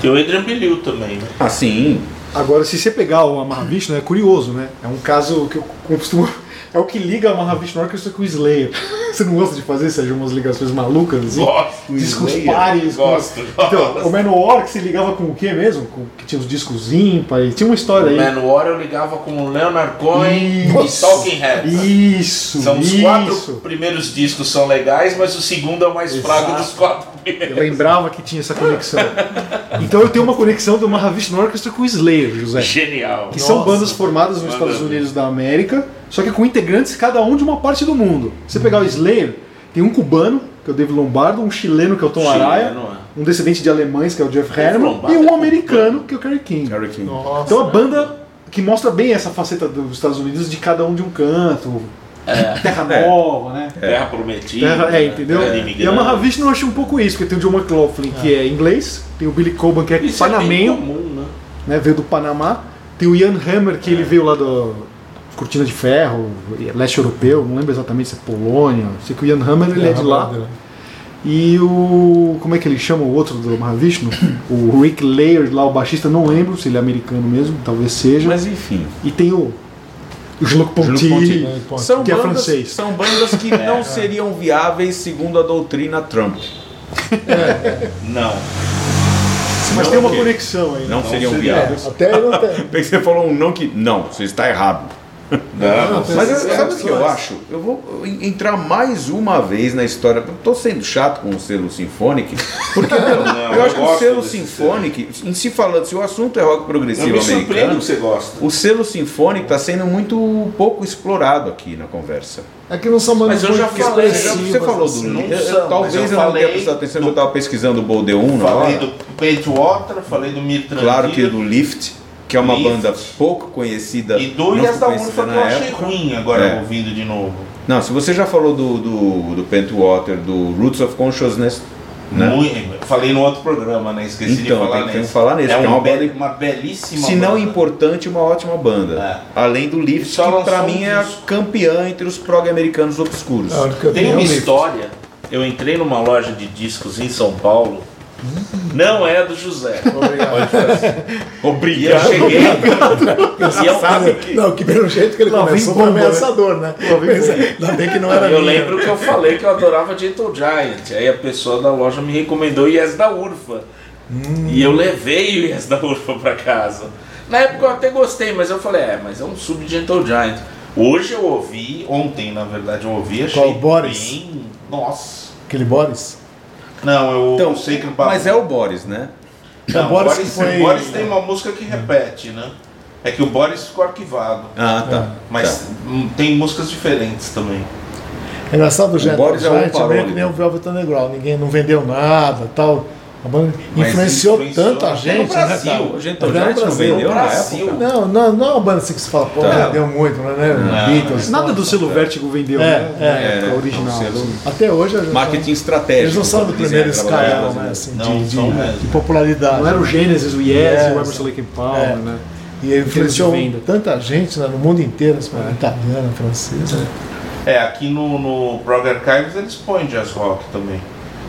Speaker 4: Tem o Adrian Belew também, né?
Speaker 1: Ah, sim.
Speaker 3: Agora, se você pegar o Mahavishnu, é curioso, né? É um caso que eu costumo... É o que liga a Mahavishnu Orchestra com o Slayer. Você não gosta de fazer, Sérgio, umas ligações malucas assim?
Speaker 4: Gosto.
Speaker 3: Discos
Speaker 1: Slayer?
Speaker 3: pares. com-
Speaker 4: Gosto,
Speaker 3: Então,
Speaker 4: gosto.
Speaker 3: o Manowar que se ligava com o quê mesmo? Com- Que tinha os discos ímpares. Tinha uma história aí.
Speaker 4: Manowar eu ligava com o Leonard Cohen e
Speaker 3: Isso.
Speaker 4: Talking Heads.
Speaker 3: Isso,
Speaker 4: São os
Speaker 3: isso.
Speaker 4: quatro primeiros discos são legais, mas o segundo é o mais fraco dos quatro
Speaker 3: Eu lembrava que tinha essa conexão. Então eu tenho uma conexão do Mahavishnu Orchestra com o Slayer, José.
Speaker 4: Genial.
Speaker 3: É. Que são bandas formadas nos Estados Unidos da América, só que com integrantes cada um de uma parte do mundo. Você pegar o Slayer, tem um cubano, que é o Dave Lombardo, um chileno, que é o Tom
Speaker 4: Chileno,
Speaker 3: Araya,
Speaker 4: é.
Speaker 3: um descendente de alemães, que é o Jeff
Speaker 4: Dave
Speaker 3: Herman,
Speaker 4: Lombardo
Speaker 3: e
Speaker 4: é
Speaker 3: um
Speaker 4: cubano.
Speaker 3: americano, que é o Kerry King.
Speaker 1: Harry King.
Speaker 2: Nossa.
Speaker 3: Então a banda que mostra bem essa faceta dos Estados Unidos de cada um de um canto, terra
Speaker 1: É.
Speaker 3: nova, né?
Speaker 4: Terra Prometida.
Speaker 3: Terra, é, entendeu?
Speaker 4: Terra de
Speaker 3: E a
Speaker 4: Imigrante.
Speaker 3: Mahavishnu eu acho um pouco isso, porque tem o John McLaughlin, que é inglês, tem o Billy Coban, que é
Speaker 4: Isso é bem
Speaker 3: panamenho,
Speaker 4: comum, né?
Speaker 3: né, veio do Panamá. Tem o Ian Hammer, que
Speaker 4: É.
Speaker 3: ele veio lá do Cortina de Ferro, leste europeu, não lembro exatamente se é Polônia. Sei que o Ian Hammer ele
Speaker 2: Né?
Speaker 3: é de lá. E o. Como é que ele chama o outro do Mahavishnu? o Rick Laird, lá o baixista, não lembro se ele é americano mesmo, talvez seja.
Speaker 1: Mas enfim.
Speaker 3: E tem o. O Jean-Luc Ponty.
Speaker 1: Ponty. São
Speaker 3: que é
Speaker 1: bandas,
Speaker 3: francês.
Speaker 1: São bandas que não seriam viáveis segundo a doutrina Trump.
Speaker 4: Não.
Speaker 3: Mas
Speaker 1: Não
Speaker 3: tem uma
Speaker 1: que-
Speaker 3: conexão aí. né?
Speaker 1: Não, seriam viáveis.
Speaker 2: É, Até eu não tenho.
Speaker 1: Bem que você falou um não que. Não, você está errado.
Speaker 4: Não.
Speaker 1: Mas
Speaker 2: é
Speaker 1: eu- sabe o que eu acho? Eu vou en- entrar mais uma vez na história. Eu tô sendo chato com o selo Symphonic, porque pelo-
Speaker 4: Não,
Speaker 1: eu, acho
Speaker 4: eu
Speaker 1: que o
Speaker 4: gosto
Speaker 1: selo
Speaker 4: desse
Speaker 1: Symphonic, em se falando, se o assunto é rock
Speaker 4: Não
Speaker 1: progressivo
Speaker 4: me surpreendo
Speaker 1: americano,
Speaker 4: que você gosta.
Speaker 1: o selo Symphonic está sendo muito pouco explorado aqui na conversa.
Speaker 2: É que não são bandas
Speaker 4: Mas eu já
Speaker 2: muito
Speaker 4: falei,
Speaker 1: Você já- né? você
Speaker 2: expressivas,
Speaker 1: falou do.
Speaker 2: assim.
Speaker 1: eu- eu-
Speaker 4: são, mas
Speaker 1: talvez
Speaker 4: eu
Speaker 1: eu, não tenha
Speaker 4: falei
Speaker 1: prestado atenção,
Speaker 4: do-
Speaker 1: porque eu estava pesquisando o Boldeum na
Speaker 4: Falei
Speaker 1: hora.
Speaker 4: do Baitwater, falei do Mirtran
Speaker 1: é? Claro que do Lift, que é uma
Speaker 4: Lift.
Speaker 1: banda pouco conhecida.
Speaker 4: E do
Speaker 1: não
Speaker 4: Yes da
Speaker 1: foi
Speaker 4: Urfa
Speaker 1: conhecida
Speaker 4: que
Speaker 1: na
Speaker 4: eu achei
Speaker 1: época.
Speaker 4: ruim agora
Speaker 1: É.
Speaker 4: ouvindo de novo.
Speaker 1: Não, se você já falou do, do, do Pentwater, do Roots of Consciousness, né?
Speaker 4: Muito- falei no outro programa, né? Esqueci
Speaker 1: Então,
Speaker 4: de falar
Speaker 1: tem que
Speaker 4: nesse.
Speaker 1: falar nesse,
Speaker 4: É
Speaker 1: que é
Speaker 4: uma,
Speaker 1: uma
Speaker 4: be-
Speaker 1: banda-
Speaker 4: uma belíssima
Speaker 1: se não
Speaker 4: banda.
Speaker 1: importante, uma ótima banda.
Speaker 4: É.
Speaker 1: Além do Lift,
Speaker 4: Só
Speaker 1: que pra
Speaker 4: lançou um
Speaker 1: mim é a
Speaker 4: disco.
Speaker 1: campeã entre os prog americanos obscuros.
Speaker 2: A única que eu
Speaker 4: Tem
Speaker 2: tenho é
Speaker 3: um
Speaker 4: uma
Speaker 2: o Lift.
Speaker 4: história. Eu entrei numa loja de discos em São Paulo. Não é a do José. E eu
Speaker 1: Obrigado.
Speaker 4: cheguei. e eu,
Speaker 1: Sabe que-
Speaker 2: Não, que pelo jeito que ele
Speaker 3: Lá vem
Speaker 2: começou foi
Speaker 3: bomba, né?
Speaker 2: ameaçador, né? Mas, é, Ainda bem que não era
Speaker 4: eu
Speaker 2: minha.
Speaker 4: lembro
Speaker 1: né?
Speaker 4: que eu falei que eu adorava Gentle Giant. Aí a pessoa da loja me recomendou o Yes da Urfa. E
Speaker 1: Hum.
Speaker 4: eu levei o Yes da Urfa pra casa. Na época eu até gostei, mas eu falei, é, mas é um sub Gentle Giant. Hoje eu ouvi, ontem na verdade eu ouvi, achei
Speaker 2: Qual, Boris?
Speaker 4: bem. Nossa.
Speaker 2: Aquele Boris?
Speaker 4: Não, eu
Speaker 1: Então,
Speaker 4: sei que
Speaker 1: mas é o Boris, né?
Speaker 4: Não,
Speaker 2: O
Speaker 4: o
Speaker 2: Boris
Speaker 4: Boris,
Speaker 2: que foi-
Speaker 4: o Boris tem uma música que repete, né? É que o Boris ficou arquivado.
Speaker 1: Ah, tá.
Speaker 4: Mas
Speaker 1: Tá.
Speaker 4: hum, tem músicas diferentes também.
Speaker 2: É engraçado o Jet.
Speaker 1: Boris é um
Speaker 2: Giant, tipo meio
Speaker 1: parônimo.
Speaker 2: que nem o Velvet Underground. Ninguém não vendeu nada tal. A banda
Speaker 4: Mas
Speaker 2: influenciou,
Speaker 4: influenciou
Speaker 2: tanto a
Speaker 4: até
Speaker 2: gente,
Speaker 4: no Brasil.
Speaker 2: né, cara?
Speaker 1: Tá. O Gentle
Speaker 2: Até no
Speaker 1: Giant não
Speaker 2: Brasil.
Speaker 1: vendeu
Speaker 4: No
Speaker 1: na
Speaker 4: Brasil.
Speaker 1: época.
Speaker 2: Não, não, não é uma banda assim que você fala, pô,
Speaker 1: Tá.
Speaker 2: vendeu muito, né?
Speaker 4: Não,
Speaker 2: Beatles,
Speaker 3: Nada
Speaker 2: tal.
Speaker 3: do selo Vertigo vendeu,
Speaker 2: É,
Speaker 3: né?
Speaker 2: é.
Speaker 3: Na época
Speaker 1: É,
Speaker 3: original.
Speaker 1: o selo-
Speaker 3: assim.
Speaker 2: Até hoje eu já
Speaker 1: Marketing estratégico.
Speaker 2: Eles não são do
Speaker 1: como dizem
Speaker 2: primeiro
Speaker 1: as trabalhadoras
Speaker 2: escalão, né?
Speaker 1: brasileiras.
Speaker 2: Assim,
Speaker 4: Não,
Speaker 2: de, de-
Speaker 4: são mesmo.
Speaker 2: de popularidade.
Speaker 3: Não era o Gênesis, o Yes,
Speaker 2: Yes.
Speaker 3: o Emerson Lake and Palmer,
Speaker 2: É.
Speaker 3: né?
Speaker 2: E influenciou
Speaker 3: termos de venda.
Speaker 2: tanta gente né, no mundo inteiro, assim,
Speaker 3: É.
Speaker 2: né? italiana, francesa.
Speaker 4: É, aqui no, no Prog Archives eles põem jazz rock também.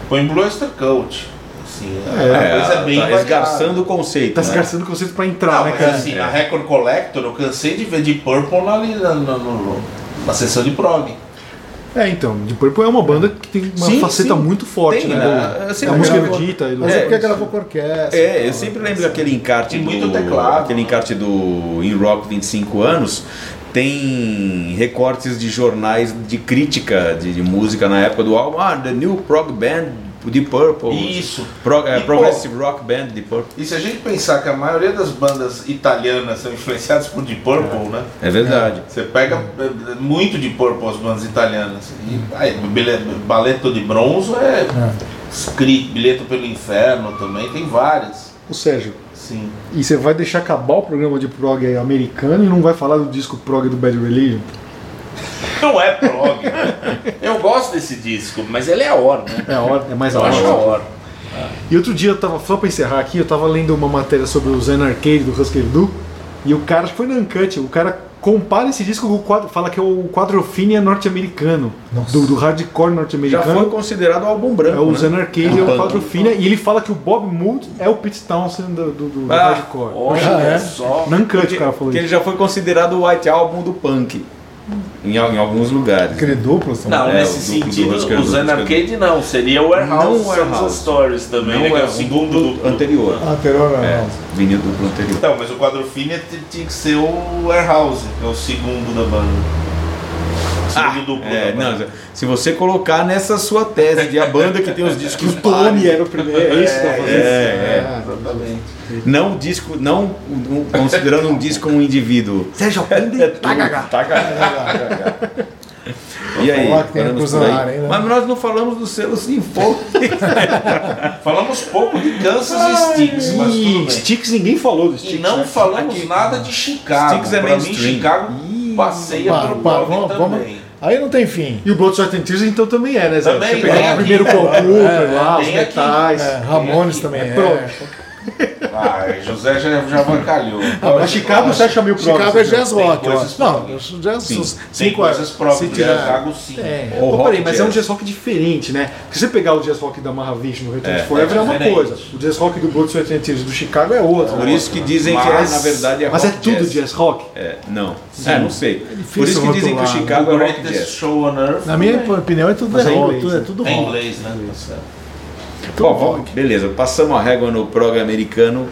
Speaker 4: Põem Blue Oyster Cult. Assim,
Speaker 1: É,
Speaker 4: a coisa é bem
Speaker 1: tá
Speaker 4: variada.
Speaker 1: esgarçando o conceito.
Speaker 3: Tá
Speaker 1: né?
Speaker 3: esgarçando o conceito pra entrar,
Speaker 4: Não,
Speaker 3: né,
Speaker 4: mas
Speaker 3: cara?
Speaker 4: assim, na Record Collector eu cansei de ver de Purple lá ali na, na- no- na sessão de prog.
Speaker 3: É, então, de Purple é uma banda que tem uma
Speaker 1: Sim,
Speaker 3: faceta
Speaker 1: sim.
Speaker 3: muito forte,
Speaker 1: Tem,
Speaker 3: né?
Speaker 1: né?
Speaker 3: do-
Speaker 1: Eu
Speaker 3: da
Speaker 1: sempre
Speaker 3: música
Speaker 1: gravava-
Speaker 3: erudita e do...
Speaker 2: Mas é,
Speaker 1: É,
Speaker 2: porque
Speaker 1: isso.
Speaker 2: gravou com orquestra.
Speaker 1: É, eu
Speaker 2: tal,
Speaker 1: sempre
Speaker 2: né?
Speaker 1: lembro daquele encarte
Speaker 4: Tem
Speaker 1: do,
Speaker 4: muito teclado,
Speaker 1: aquele
Speaker 4: né?
Speaker 1: encarte do In Rock 25 anos tem recortes de jornais de crítica de, de música na época do álbum, ah, The New Prog Band de Purple.
Speaker 4: Isso.
Speaker 1: Prog- eh,
Speaker 4: E, pô,
Speaker 1: progressive Rock Band de Purple.
Speaker 4: E se a gente pensar que a maioria das bandas italianas são influenciadas por Deep Purple, né?
Speaker 1: É verdade.
Speaker 4: Você pega eh, muito de Purple as bandas italianas. E, aí, Bile- Baleto de Bronzo é, Scri- Bilheto pelo Inferno também, tem várias.
Speaker 3: Ou seja,
Speaker 4: Sim.
Speaker 3: e você vai deixar acabar o programa de prog americano e não vai falar do disco prog do Bad Religion?
Speaker 4: Não é prog. eu gosto desse disco, mas ele é a hora, né?
Speaker 3: É a hora, é mais a
Speaker 4: Eu acho a
Speaker 3: hora.
Speaker 4: hora.
Speaker 3: E outro dia eu tava, só pra encerrar aqui, eu tava lendo uma matéria sobre o Zen Arcade do Husker Du, e o cara, acho que foi na Uncut, o cara compara esse disco com o quadro, fala que é o quadrofínia norte-americano, do, do
Speaker 1: É.
Speaker 3: hardcore
Speaker 1: Já foi
Speaker 3: norte-americano.
Speaker 1: considerado álbum
Speaker 3: É
Speaker 1: branco.
Speaker 3: o
Speaker 1: né?
Speaker 3: Zen Arcade, é
Speaker 1: É um
Speaker 3: o
Speaker 1: punk.
Speaker 3: quadrofínia, e ele fala que o Bob Mould é o Pete Townsend do, do, do
Speaker 1: Ah,
Speaker 3: hardcore.
Speaker 4: Olha é só.
Speaker 3: Na Uncut
Speaker 1: Porque-
Speaker 3: o cara falou
Speaker 1: que ele
Speaker 3: isso.
Speaker 1: já foi considerado o White Album do punk em, al- em alguns lugares.
Speaker 2: Aquele duplo, assim. são
Speaker 4: Não,
Speaker 1: É,
Speaker 4: nesse
Speaker 1: o duplo
Speaker 4: sentido,
Speaker 1: do Oscar
Speaker 4: o Zen
Speaker 1: Dutra.
Speaker 4: Arcade não, seria o
Speaker 1: Não
Speaker 4: Warehouse
Speaker 1: o
Speaker 4: Sons
Speaker 1: Warehouse.
Speaker 4: of Stories também, né, que é o
Speaker 1: um
Speaker 4: segundo
Speaker 1: duplo
Speaker 4: duplo.
Speaker 1: anterior.
Speaker 2: anterior
Speaker 1: É,
Speaker 2: é.
Speaker 1: vinil duplo anterior.
Speaker 4: Então, mas o quadrofínia t- tinha que ser o Warehouse, que é o segundo da banda. Sentido duplo.
Speaker 1: É,
Speaker 4: né,
Speaker 1: não, se você colocar nessa sua tese de a banda que tem os
Speaker 3: Que
Speaker 1: discos
Speaker 3: o Tony
Speaker 1: pares,
Speaker 3: era o primeiro. É isso que tá fazendo?
Speaker 1: é, é.
Speaker 3: Ah, exatamente.
Speaker 1: não disco, não um- considerando um disco um indivíduo.
Speaker 3: Sérgio Alpinde, tagagá.
Speaker 1: E aí?
Speaker 2: falar que tem
Speaker 1: paramos
Speaker 2: coisa
Speaker 1: por aí.
Speaker 2: na área, hein, né?
Speaker 1: Mas nós não falamos do selo Sinfônico.
Speaker 4: Falamos pouco de Kansas e Sticks, mas tudo
Speaker 3: E
Speaker 4: bem.
Speaker 3: Sticks ninguém falou do
Speaker 4: E
Speaker 3: Sticks.
Speaker 4: não
Speaker 3: né?
Speaker 4: falamos
Speaker 1: é Aqui-
Speaker 4: nada de Chicago.
Speaker 1: Sticks é
Speaker 4: pra mim,
Speaker 1: mainstream.
Speaker 4: Chicago
Speaker 3: Ih,
Speaker 4: passeia
Speaker 2: Pá,
Speaker 4: pelo
Speaker 2: pá,
Speaker 4: Golden
Speaker 2: vamos- vamos-
Speaker 4: também.
Speaker 2: Aí não tem fim.
Speaker 3: E o Blood, Sweat and Tears então também é, né, Zé?
Speaker 4: Também,
Speaker 3: Você pegar
Speaker 4: tem
Speaker 3: o primeiro
Speaker 4: aqui.
Speaker 3: concurso lá, os
Speaker 4: Tem aqui.
Speaker 3: metais.
Speaker 2: É, Ramones também é.
Speaker 3: Pronto.
Speaker 4: Ah, José já, já avancalhou.
Speaker 3: Ah, mas Chicago você acha mil provas.
Speaker 2: Chicago é
Speaker 3: né?
Speaker 2: jazz
Speaker 4: Tem
Speaker 2: rock, eu
Speaker 4: coisas
Speaker 2: acho. Não,
Speaker 4: próprias.
Speaker 2: jazz
Speaker 1: Sim,
Speaker 2: os
Speaker 4: Tem
Speaker 2: cinco
Speaker 4: coisas próprias
Speaker 2: se
Speaker 4: de
Speaker 2: tirar-
Speaker 4: Chicago, sim.
Speaker 3: É.
Speaker 1: Ou
Speaker 3: Pô,
Speaker 1: rock
Speaker 3: peraí, mas é um
Speaker 1: jazz.
Speaker 3: jazz rock diferente, né? Porque você pegar o jazz rock da Mahavishnu no Return
Speaker 1: É,
Speaker 3: to Forever
Speaker 4: é
Speaker 3: é uma
Speaker 4: diferente.
Speaker 3: coisa. O jazz rock do Blood, Sweat and Tears do Chicago é outro.
Speaker 1: Por isso que dizem que é,
Speaker 4: Mas-
Speaker 1: na verdade é
Speaker 3: Mas é
Speaker 1: rock
Speaker 3: tudo jazz rock?
Speaker 1: É, não. É, não sei. Por isso que
Speaker 2: rotular,
Speaker 1: dizem que o
Speaker 2: né?
Speaker 1: Chicago
Speaker 4: The
Speaker 1: é rock
Speaker 4: Greatest
Speaker 1: jazz.
Speaker 4: Show on Earth.
Speaker 2: Na minha opinião é tudo
Speaker 3: Mas é
Speaker 2: rock,
Speaker 3: inglês,
Speaker 2: tudo- é
Speaker 3: né?
Speaker 2: tudo
Speaker 4: É em
Speaker 2: rock.
Speaker 4: inglês, né? Tá certo.
Speaker 2: Tudo
Speaker 1: Ó, vamos-
Speaker 2: rock.
Speaker 1: beleza, passamos a régua no prog americano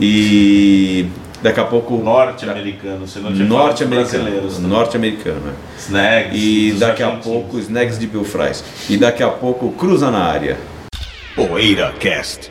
Speaker 1: e daqui a pouco
Speaker 4: Norte-americano, se não tinha falado dos
Speaker 1: norte-americano.
Speaker 4: brasileiros. né?
Speaker 1: Norte-americano. é.
Speaker 4: Snags.
Speaker 1: E
Speaker 4: dos
Speaker 1: daqui a
Speaker 4: argentinos.
Speaker 1: pouco, Snags de Bill Fries. E daqui a pouco, Cruza na área.
Speaker 5: Poeira Cast.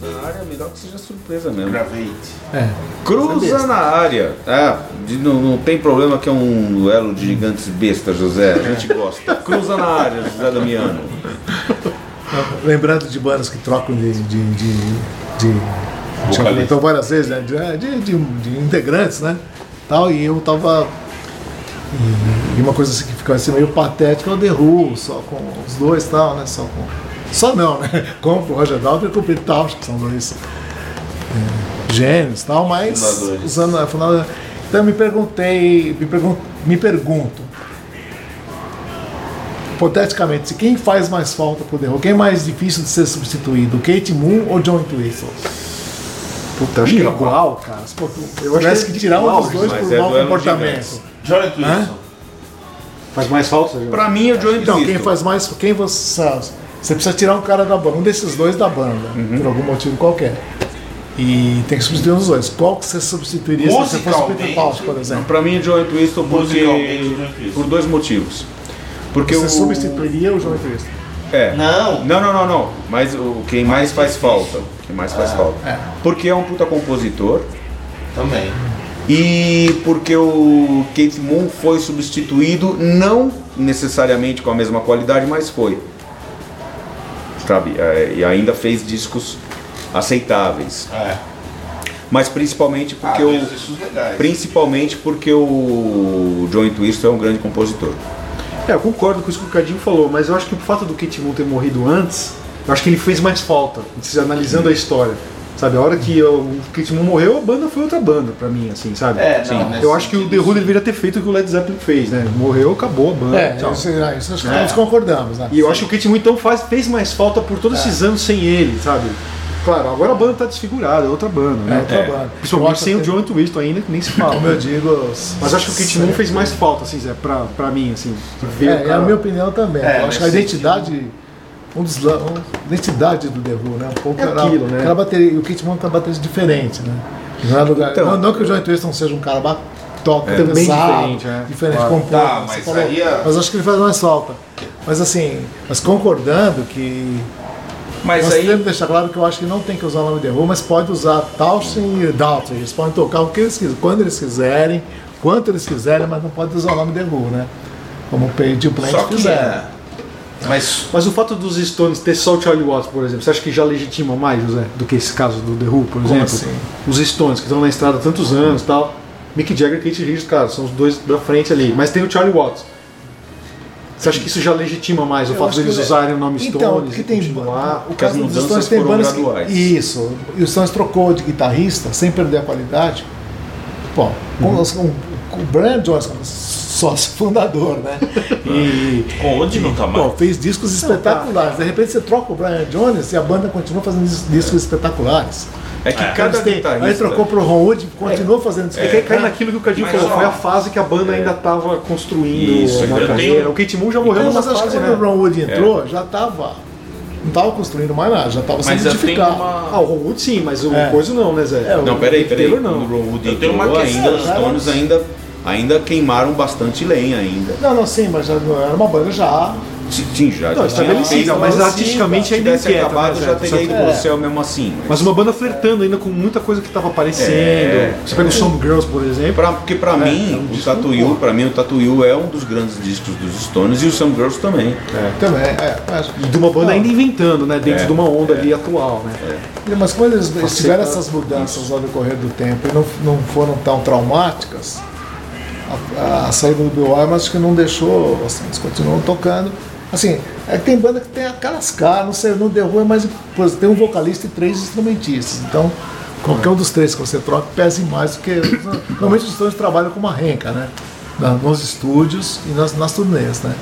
Speaker 1: Na área, melhor que seja surpresa mesmo.
Speaker 4: Gravate.
Speaker 2: É.
Speaker 1: Cruza na área. Ah, de- não, não tem problema que é um duelo de gigantes bestas, José. A gente gosta. Cruza na área, José Damiano.
Speaker 2: Lembrando de bandas que trocam de. de, de, de já comentou várias vezes, né? De, de- de- de integrantes, né? Tal, e eu tava. E, e uma coisa assim que ficava assim, meio patética é o The Who, só com os dois tal, né? Só com. Só não, né? Com o Roger Dalton e com o Pete Townshend, que são dois é, gênios tal, mas.
Speaker 4: Fundadores.
Speaker 2: Usando a fundadora. Então eu me perguntei. Me, pergun me pergunto. Hipoteticamente, se quem faz mais falta pro The Who? Quem é mais difícil de ser substituído? Kate Moon ou John Entwistle?
Speaker 3: Puta, acho que é igual, cara. Se for- Eu
Speaker 2: Parece que tirar um dos dois
Speaker 1: mas
Speaker 2: por
Speaker 1: é
Speaker 2: mau
Speaker 1: duelo de
Speaker 2: comportamento.
Speaker 1: gigantes.
Speaker 4: Johnny Twinson.
Speaker 3: Faz mais falta, né? Sérgio?
Speaker 1: Pra mim, o Johnny
Speaker 2: Então, quem
Speaker 1: Cristo.
Speaker 2: faz mais. Quem você. sabe, Você precisa tirar um cara da banda, um desses dois da banda,
Speaker 3: Uhum.
Speaker 2: por algum motivo qualquer. E tem que substituir um dos dois. Qual que você substituiria se você fosse o Peter
Speaker 4: Musicalmente,
Speaker 2: Tosh, por
Speaker 3: né,
Speaker 2: exemplo?
Speaker 1: Pra mim, o Johnny Twisto
Speaker 4: Musicalmente, Johnny
Speaker 1: porque...
Speaker 4: Twisto.
Speaker 1: por dois motivos. Porque
Speaker 2: Você
Speaker 1: o...
Speaker 2: substituiria o João Entrevista.
Speaker 1: É.
Speaker 4: Não.
Speaker 1: Não, não, não, não. Mas o quem mais, Ah. faz falta. Quem mais faz falta. Porque é um puta compositor
Speaker 4: Também.
Speaker 1: e porque o Kate Moon foi substituído, não necessariamente com a mesma qualidade, mas foi. Sabe? É, E ainda fez discos aceitáveis.
Speaker 4: É.
Speaker 1: Mas principalmente
Speaker 4: Ah,
Speaker 1: porque
Speaker 4: eu...
Speaker 1: o.
Speaker 4: isso legais.
Speaker 1: Principalmente porque o John Twister é um grande compositor.
Speaker 3: É, eu concordo com isso que o Cadinho falou, mas eu acho que o fato do Kate Moon ter morrido antes, eu acho que ele fez mais falta, se analisando a história. Sabe, a hora que eu- o Kate Moon morreu, a banda foi outra banda pra mim, assim, sabe?
Speaker 4: É, não, nesse
Speaker 3: eu acho que o The
Speaker 4: sentido,
Speaker 3: Who deveria ter feito o que o Led Zeppelin fez, né? Morreu, acabou a banda.
Speaker 2: É,
Speaker 3: tchau.
Speaker 2: isso, isso acho que
Speaker 3: É.
Speaker 2: todos concordamos, né?
Speaker 3: E eu acho que o Kate Moon então faz, fez mais falta por
Speaker 2: É.
Speaker 3: todos esses anos sem ele, sabe? Claro, agora a banda tá desfigurada, é outra banda,
Speaker 2: É
Speaker 3: né?
Speaker 2: outra banda. Eu
Speaker 3: Principalmente
Speaker 2: acho
Speaker 3: sem o
Speaker 2: que-
Speaker 3: John Twisto ainda, que nem se fala. né?
Speaker 2: Como eu digo.
Speaker 3: Mas acho que o Kate Moon fez mais falta, assim, Zé, pra, pra mim, assim.
Speaker 2: É,
Speaker 3: Ver o
Speaker 2: é
Speaker 3: cara-
Speaker 2: a minha opinião também.
Speaker 4: É,
Speaker 2: eu acho que a
Speaker 4: nesse
Speaker 2: identidade. Um dos, la- um, a identidade do The Who, né? Um pouco
Speaker 3: É
Speaker 2: era-
Speaker 3: aquilo, né?
Speaker 2: Aquela bateria, e o Kate Moon tem uma bateria diferente, né? Não, é lugar,
Speaker 1: Então-
Speaker 2: não, não que o John Entwistle não seja um cara ba- toca,
Speaker 3: É. Também
Speaker 2: pesado,
Speaker 3: diferente, é.
Speaker 2: diferente
Speaker 3: Claro.
Speaker 2: compõe,
Speaker 4: Tá,
Speaker 2: como você
Speaker 4: mas
Speaker 2: falou.
Speaker 4: aí
Speaker 3: é-
Speaker 4: a-
Speaker 2: mas acho que ele faz mais falta. Mas assim, mas concordando que.
Speaker 1: Mas
Speaker 2: nós
Speaker 1: aí.
Speaker 2: temos que deixar claro que eu acho que não tem que usar o nome The Who, mas pode usar Towson e Dalton. Eles podem tocar o que eles quiserem, quando eles quiserem, quanto eles quiserem, mas não pode usar o nome The Who, né? Como o Page
Speaker 4: Só
Speaker 2: Plant
Speaker 4: que
Speaker 2: fizeram.
Speaker 4: é. Mas
Speaker 3: Mas o fato dos Stones ter só o Charlie Watts, por exemplo, você acha que já legitima mais, José, do que esse caso do The Who, por exemplo?
Speaker 2: assim?
Speaker 3: Os Stones, que estão na estrada há tantos anos e tal. Mick Jagger e Kate Richards, cara, são os dois da frente ali. Mas tem o Charlie Watts. Você acha que isso já legitima mais o
Speaker 2: Eu
Speaker 3: fato
Speaker 2: acho que
Speaker 3: deles
Speaker 2: é-
Speaker 3: usarem o nome Stones
Speaker 2: então, porque
Speaker 3: e
Speaker 2: tem
Speaker 3: continuar?
Speaker 2: O
Speaker 1: que as
Speaker 2: caso dos
Speaker 1: mudanças
Speaker 2: Stones tem
Speaker 1: foram
Speaker 2: bandas que-
Speaker 1: graduais.
Speaker 2: isso. E o Stones trocou de guitarrista sem perder a qualidade. Bom, com
Speaker 3: Uhum.
Speaker 2: os- com- com o Brian Johnson, sócio fundador, né? E
Speaker 4: Com onde não tá mais?
Speaker 2: Bom, fez discos espetaculares. De repente você troca o Brian Jones e a banda continua fazendo dis- discos espetaculares.
Speaker 1: É que
Speaker 4: É.
Speaker 1: cada
Speaker 2: Eles têm-
Speaker 1: guitarrista.
Speaker 2: Aí trocou pro Ron Wood e continuou fazendo discos
Speaker 3: É que aí cai naquilo que o Cadinho
Speaker 1: Mas
Speaker 3: falou,
Speaker 1: ó,
Speaker 3: foi a fase que a
Speaker 2: é.
Speaker 3: banda ainda estava construindo
Speaker 1: Isso,
Speaker 3: na
Speaker 1: eu
Speaker 3: carreira.
Speaker 4: tenho-
Speaker 3: O Kate Moon já morreu
Speaker 2: Então, Mas
Speaker 3: nessa
Speaker 2: acho que
Speaker 3: fase,
Speaker 2: quando
Speaker 3: né?
Speaker 2: o Ron Wood entrou, já tava. Não tava construindo mais nada, já tava sendo
Speaker 4: Mas eu tenho
Speaker 2: edificado.
Speaker 4: uma.
Speaker 3: Ah, o Ron Wood sim, mas o
Speaker 2: É.
Speaker 3: Coisa não, né, Zé?
Speaker 2: É, o-
Speaker 1: Não, peraí,
Speaker 3: Nick
Speaker 1: peraí.
Speaker 3: Taylor
Speaker 1: No
Speaker 3: não.
Speaker 1: Ron Wood
Speaker 4: Eu tenho uma
Speaker 1: entrou ainda,
Speaker 4: questão,
Speaker 1: os
Speaker 2: né?
Speaker 1: Stones ainda, ainda queimaram bastante lenha ainda.
Speaker 2: Não, não, sim, mas já não era uma banda já.
Speaker 1: Sim, sim, já.
Speaker 3: Não,
Speaker 2: é
Speaker 1: já
Speaker 3: estabelecida,
Speaker 1: tinha-
Speaker 3: mas
Speaker 1: se
Speaker 3: artisticamente ainda
Speaker 1: tivesse
Speaker 2: tá
Speaker 3: inquieta,
Speaker 1: acabado,
Speaker 3: né,
Speaker 1: já
Speaker 3: Zé?
Speaker 1: teria ido
Speaker 2: É.
Speaker 1: pro céu mesmo assim.
Speaker 3: Mas uma banda flertando ainda com muita coisa que estava aparecendo.
Speaker 1: É.
Speaker 3: Você pega o Some Girls, por exemplo.
Speaker 1: Pra, porque
Speaker 2: É,
Speaker 1: pra mim,
Speaker 2: um
Speaker 1: o Tatuyu, pra mim, o Tatuyu é um dos grandes discos dos Stones e o Some Girls também.
Speaker 2: Também, é. Mas,
Speaker 3: De uma banda
Speaker 2: Não.
Speaker 3: ainda inventando, né? Dentro
Speaker 1: É,
Speaker 3: de uma onda ali atual, né?
Speaker 2: mas quando eles eles
Speaker 3: Faceta-
Speaker 2: tiveram essas mudanças ao decorrer do tempo e não, não foram tão traumáticas, a, a saída do Bill Wyman acho que não deixou, assim, eles continuam tocando. Assim, é que tem banda que tem aquelas caras, não sei, não derruba, mas pô, tem um vocalista e três instrumentistas. Então, qualquer um dos três que você troca pese mais do que. né? Normalmente os Stones trabalham com uma renca, né? Na- Nos estúdios e nas, nas turnês, né?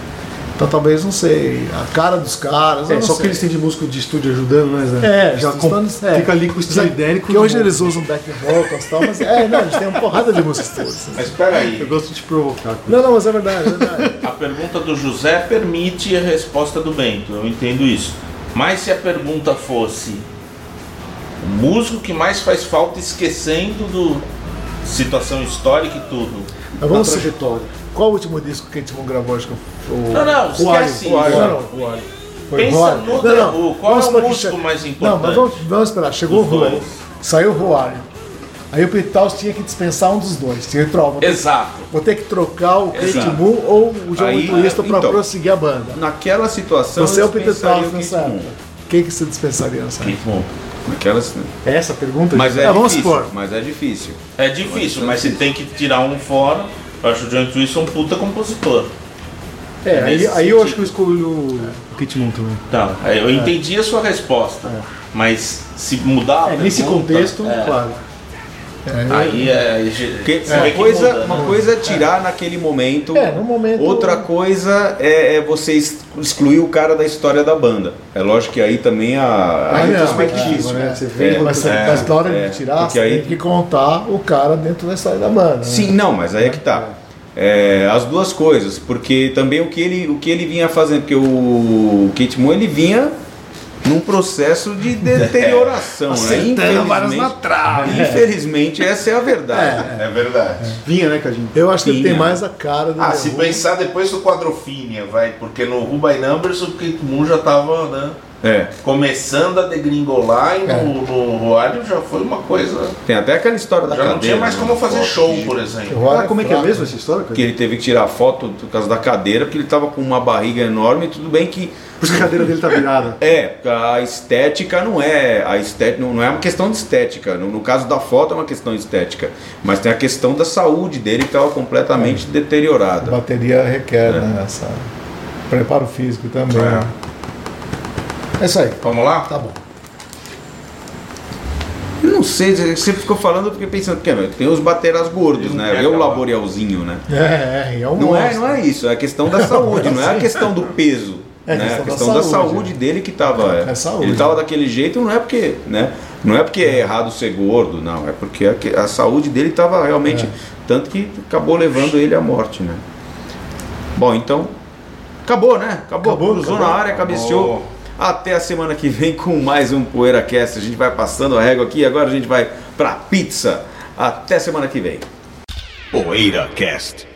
Speaker 2: Então talvez, não sei, a cara dos caras. eu
Speaker 3: É,
Speaker 2: não
Speaker 3: só
Speaker 2: sei.
Speaker 3: que eles têm de músico de estúdio ajudando, né, Zé?
Speaker 2: É,
Speaker 3: já
Speaker 2: os
Speaker 3: com-
Speaker 2: Stones, é.
Speaker 3: fica ali com o estilo idênico.
Speaker 2: Que hoje eles usam back vocals e tal, mas é, não, eles têm uma porrada de músicas todas.
Speaker 4: Mas peraí.
Speaker 3: Eu gosto de te provocar.
Speaker 2: Não, não, mas é verdade, é verdade.
Speaker 4: A pergunta do José permite a resposta do Bento, eu entendo isso. Mas se a pergunta fosse o músico que mais faz falta esquecendo do situação histórica e tudo.
Speaker 2: Mas vamos
Speaker 3: Na
Speaker 2: se-
Speaker 3: trajetória.
Speaker 2: Qual o último disco que a gente gravou? Acho que foi o.
Speaker 4: Não, não, esquece
Speaker 2: Alien, o
Speaker 4: isso.
Speaker 2: Alien. Não, não. Foi
Speaker 4: Pensa
Speaker 2: Rory.
Speaker 4: no The Who, qual
Speaker 2: vamos
Speaker 4: é o
Speaker 2: supor que
Speaker 4: músico
Speaker 2: che-
Speaker 4: mais
Speaker 2: Não,
Speaker 4: importante?
Speaker 2: mas vamos, vamos esperar. Chegou o
Speaker 4: Os
Speaker 2: Rory,
Speaker 4: dois.
Speaker 2: saiu o Rory. Aí o Pitaus tinha que dispensar um dos dois. Tinha que trocar.
Speaker 4: Exato.
Speaker 2: Vou ter que trocar o Kate
Speaker 1: Exato.
Speaker 2: Moon ou o John
Speaker 1: Aí,
Speaker 2: Twista pra
Speaker 1: então.
Speaker 2: prosseguir a banda.
Speaker 1: Naquela situação,
Speaker 2: Você é o
Speaker 1: eles
Speaker 2: Peter
Speaker 1: pensariam
Speaker 2: Taus
Speaker 1: que tipo,
Speaker 2: nessa
Speaker 1: isso-
Speaker 2: época. Quem que você dispensaria nessa época?
Speaker 4: Keith Moon.
Speaker 1: Naquelas,
Speaker 3: Essa pergunta?
Speaker 1: mas é,
Speaker 2: É, vamos
Speaker 1: difícil,
Speaker 2: supor.
Speaker 1: mas é difícil.
Speaker 4: É difícil, mas você tem que tirar um fora. Eu acho o John Twist um puta compositor.
Speaker 3: É, aí,
Speaker 4: nesse
Speaker 3: aí eu
Speaker 4: sentido.
Speaker 3: acho que eu escolho o Kate Moon também.
Speaker 4: Tá, eu entendi a sua resposta. Mas se mudar a
Speaker 3: É, nesse
Speaker 4: pergunta,
Speaker 3: contexto,
Speaker 4: é,
Speaker 3: claro.
Speaker 4: Aí é.
Speaker 1: Porque
Speaker 4: você vê
Speaker 1: uma,
Speaker 4: que
Speaker 1: coisa,
Speaker 4: muda, né?
Speaker 1: uma coisa é tirar naquele momento,
Speaker 2: É, no momento-
Speaker 1: outra coisa é, é você ex- excluir o cara da história da banda. É lógico que aí também a, a
Speaker 2: Ah, não,
Speaker 1: retrospectiva,
Speaker 2: é,
Speaker 1: né?
Speaker 2: é,
Speaker 3: Você vê
Speaker 1: É,
Speaker 2: Mas, você-
Speaker 1: é,
Speaker 2: mas na hora
Speaker 1: é,
Speaker 2: de tirar,
Speaker 1: porque
Speaker 2: você
Speaker 1: aí-
Speaker 2: tem que contar o cara dentro da história da banda. né?
Speaker 1: Sim, não, mas aí é que tá. É, as duas coisas, porque também o que ele, o que ele vinha fazendo, porque o Kate Moon ele vinha num processo de deterioração, né?
Speaker 2: É. Acertando várias na
Speaker 1: Infelizmente, infelizmente essa é a verdade.
Speaker 7: É verdade.
Speaker 3: Vinha, né, Cadinho?
Speaker 2: Eu acho que ele tem
Speaker 1: Sim,
Speaker 2: mais a cara do
Speaker 7: Ah,
Speaker 2: The
Speaker 7: se
Speaker 2: Who.
Speaker 7: pensar depois do Quadrofínia, vai, porque no Who by Numbers o Kate Moon já tava, né,
Speaker 1: É.
Speaker 7: começando a degringolar e
Speaker 2: É.
Speaker 7: no, no Roário já foi uma coisa...
Speaker 1: Tem até aquela história da
Speaker 7: Já não tinha
Speaker 1: cadeira,
Speaker 7: mais
Speaker 1: né?
Speaker 7: como fazer
Speaker 1: Foto
Speaker 7: show,
Speaker 1: de-
Speaker 7: por
Speaker 2: O
Speaker 7: exemplo.
Speaker 2: Rory
Speaker 3: Ah, como é que é
Speaker 2: fraco.
Speaker 3: mesmo essa história,
Speaker 1: que
Speaker 3: Cadinho?
Speaker 1: ele teve que tirar foto por causa da cadeira, porque ele tava com uma barriga enorme, tudo bem que
Speaker 3: Por isso que a cadeira dele tá virada.
Speaker 1: é, a estética não é a estética, não, não é uma questão de estética. No, no caso da foto é uma questão estética, mas tem a questão da saúde dele que estava completamente
Speaker 7: É.
Speaker 2: A
Speaker 1: deteriorada.
Speaker 2: bateria requer, né? Essa... Preparo físico também. É. isso aí.
Speaker 7: Vamos lá?
Speaker 2: Tá bom.
Speaker 1: Eu não sei, você ficou falando, eu fiquei pensando porque meu, tem os bateras gordos,
Speaker 7: Ele não
Speaker 1: né?
Speaker 7: quer
Speaker 1: É o
Speaker 7: acabar.
Speaker 1: laborialzinho, né?
Speaker 2: É, é, é um
Speaker 1: Não é,
Speaker 2: monstro.
Speaker 1: não é isso, é a questão da saúde, não é a questão do peso.
Speaker 2: É a
Speaker 1: né?
Speaker 2: questão
Speaker 1: a
Speaker 2: da
Speaker 1: questão da
Speaker 2: saúde,
Speaker 1: saúde dele que tava.
Speaker 2: É saúde.
Speaker 1: Ele tava daquele jeito, não é porque. Né? Não é porque é errado ser gordo, não. É porque a, que- a saúde dele tava realmente.
Speaker 2: É.
Speaker 1: Tanto que acabou levando ele à morte, né? Bom, então. Acabou, né? Acabou.
Speaker 2: Acabou,
Speaker 1: Cruzou
Speaker 2: acabou.
Speaker 1: na área, cabeceou.
Speaker 7: Acabou.
Speaker 1: Até a semana que vem com mais um PoeiraCast. A gente vai passando a régua aqui. Agora a gente vai pra pizza. Até semana que vem. PoeiraCast.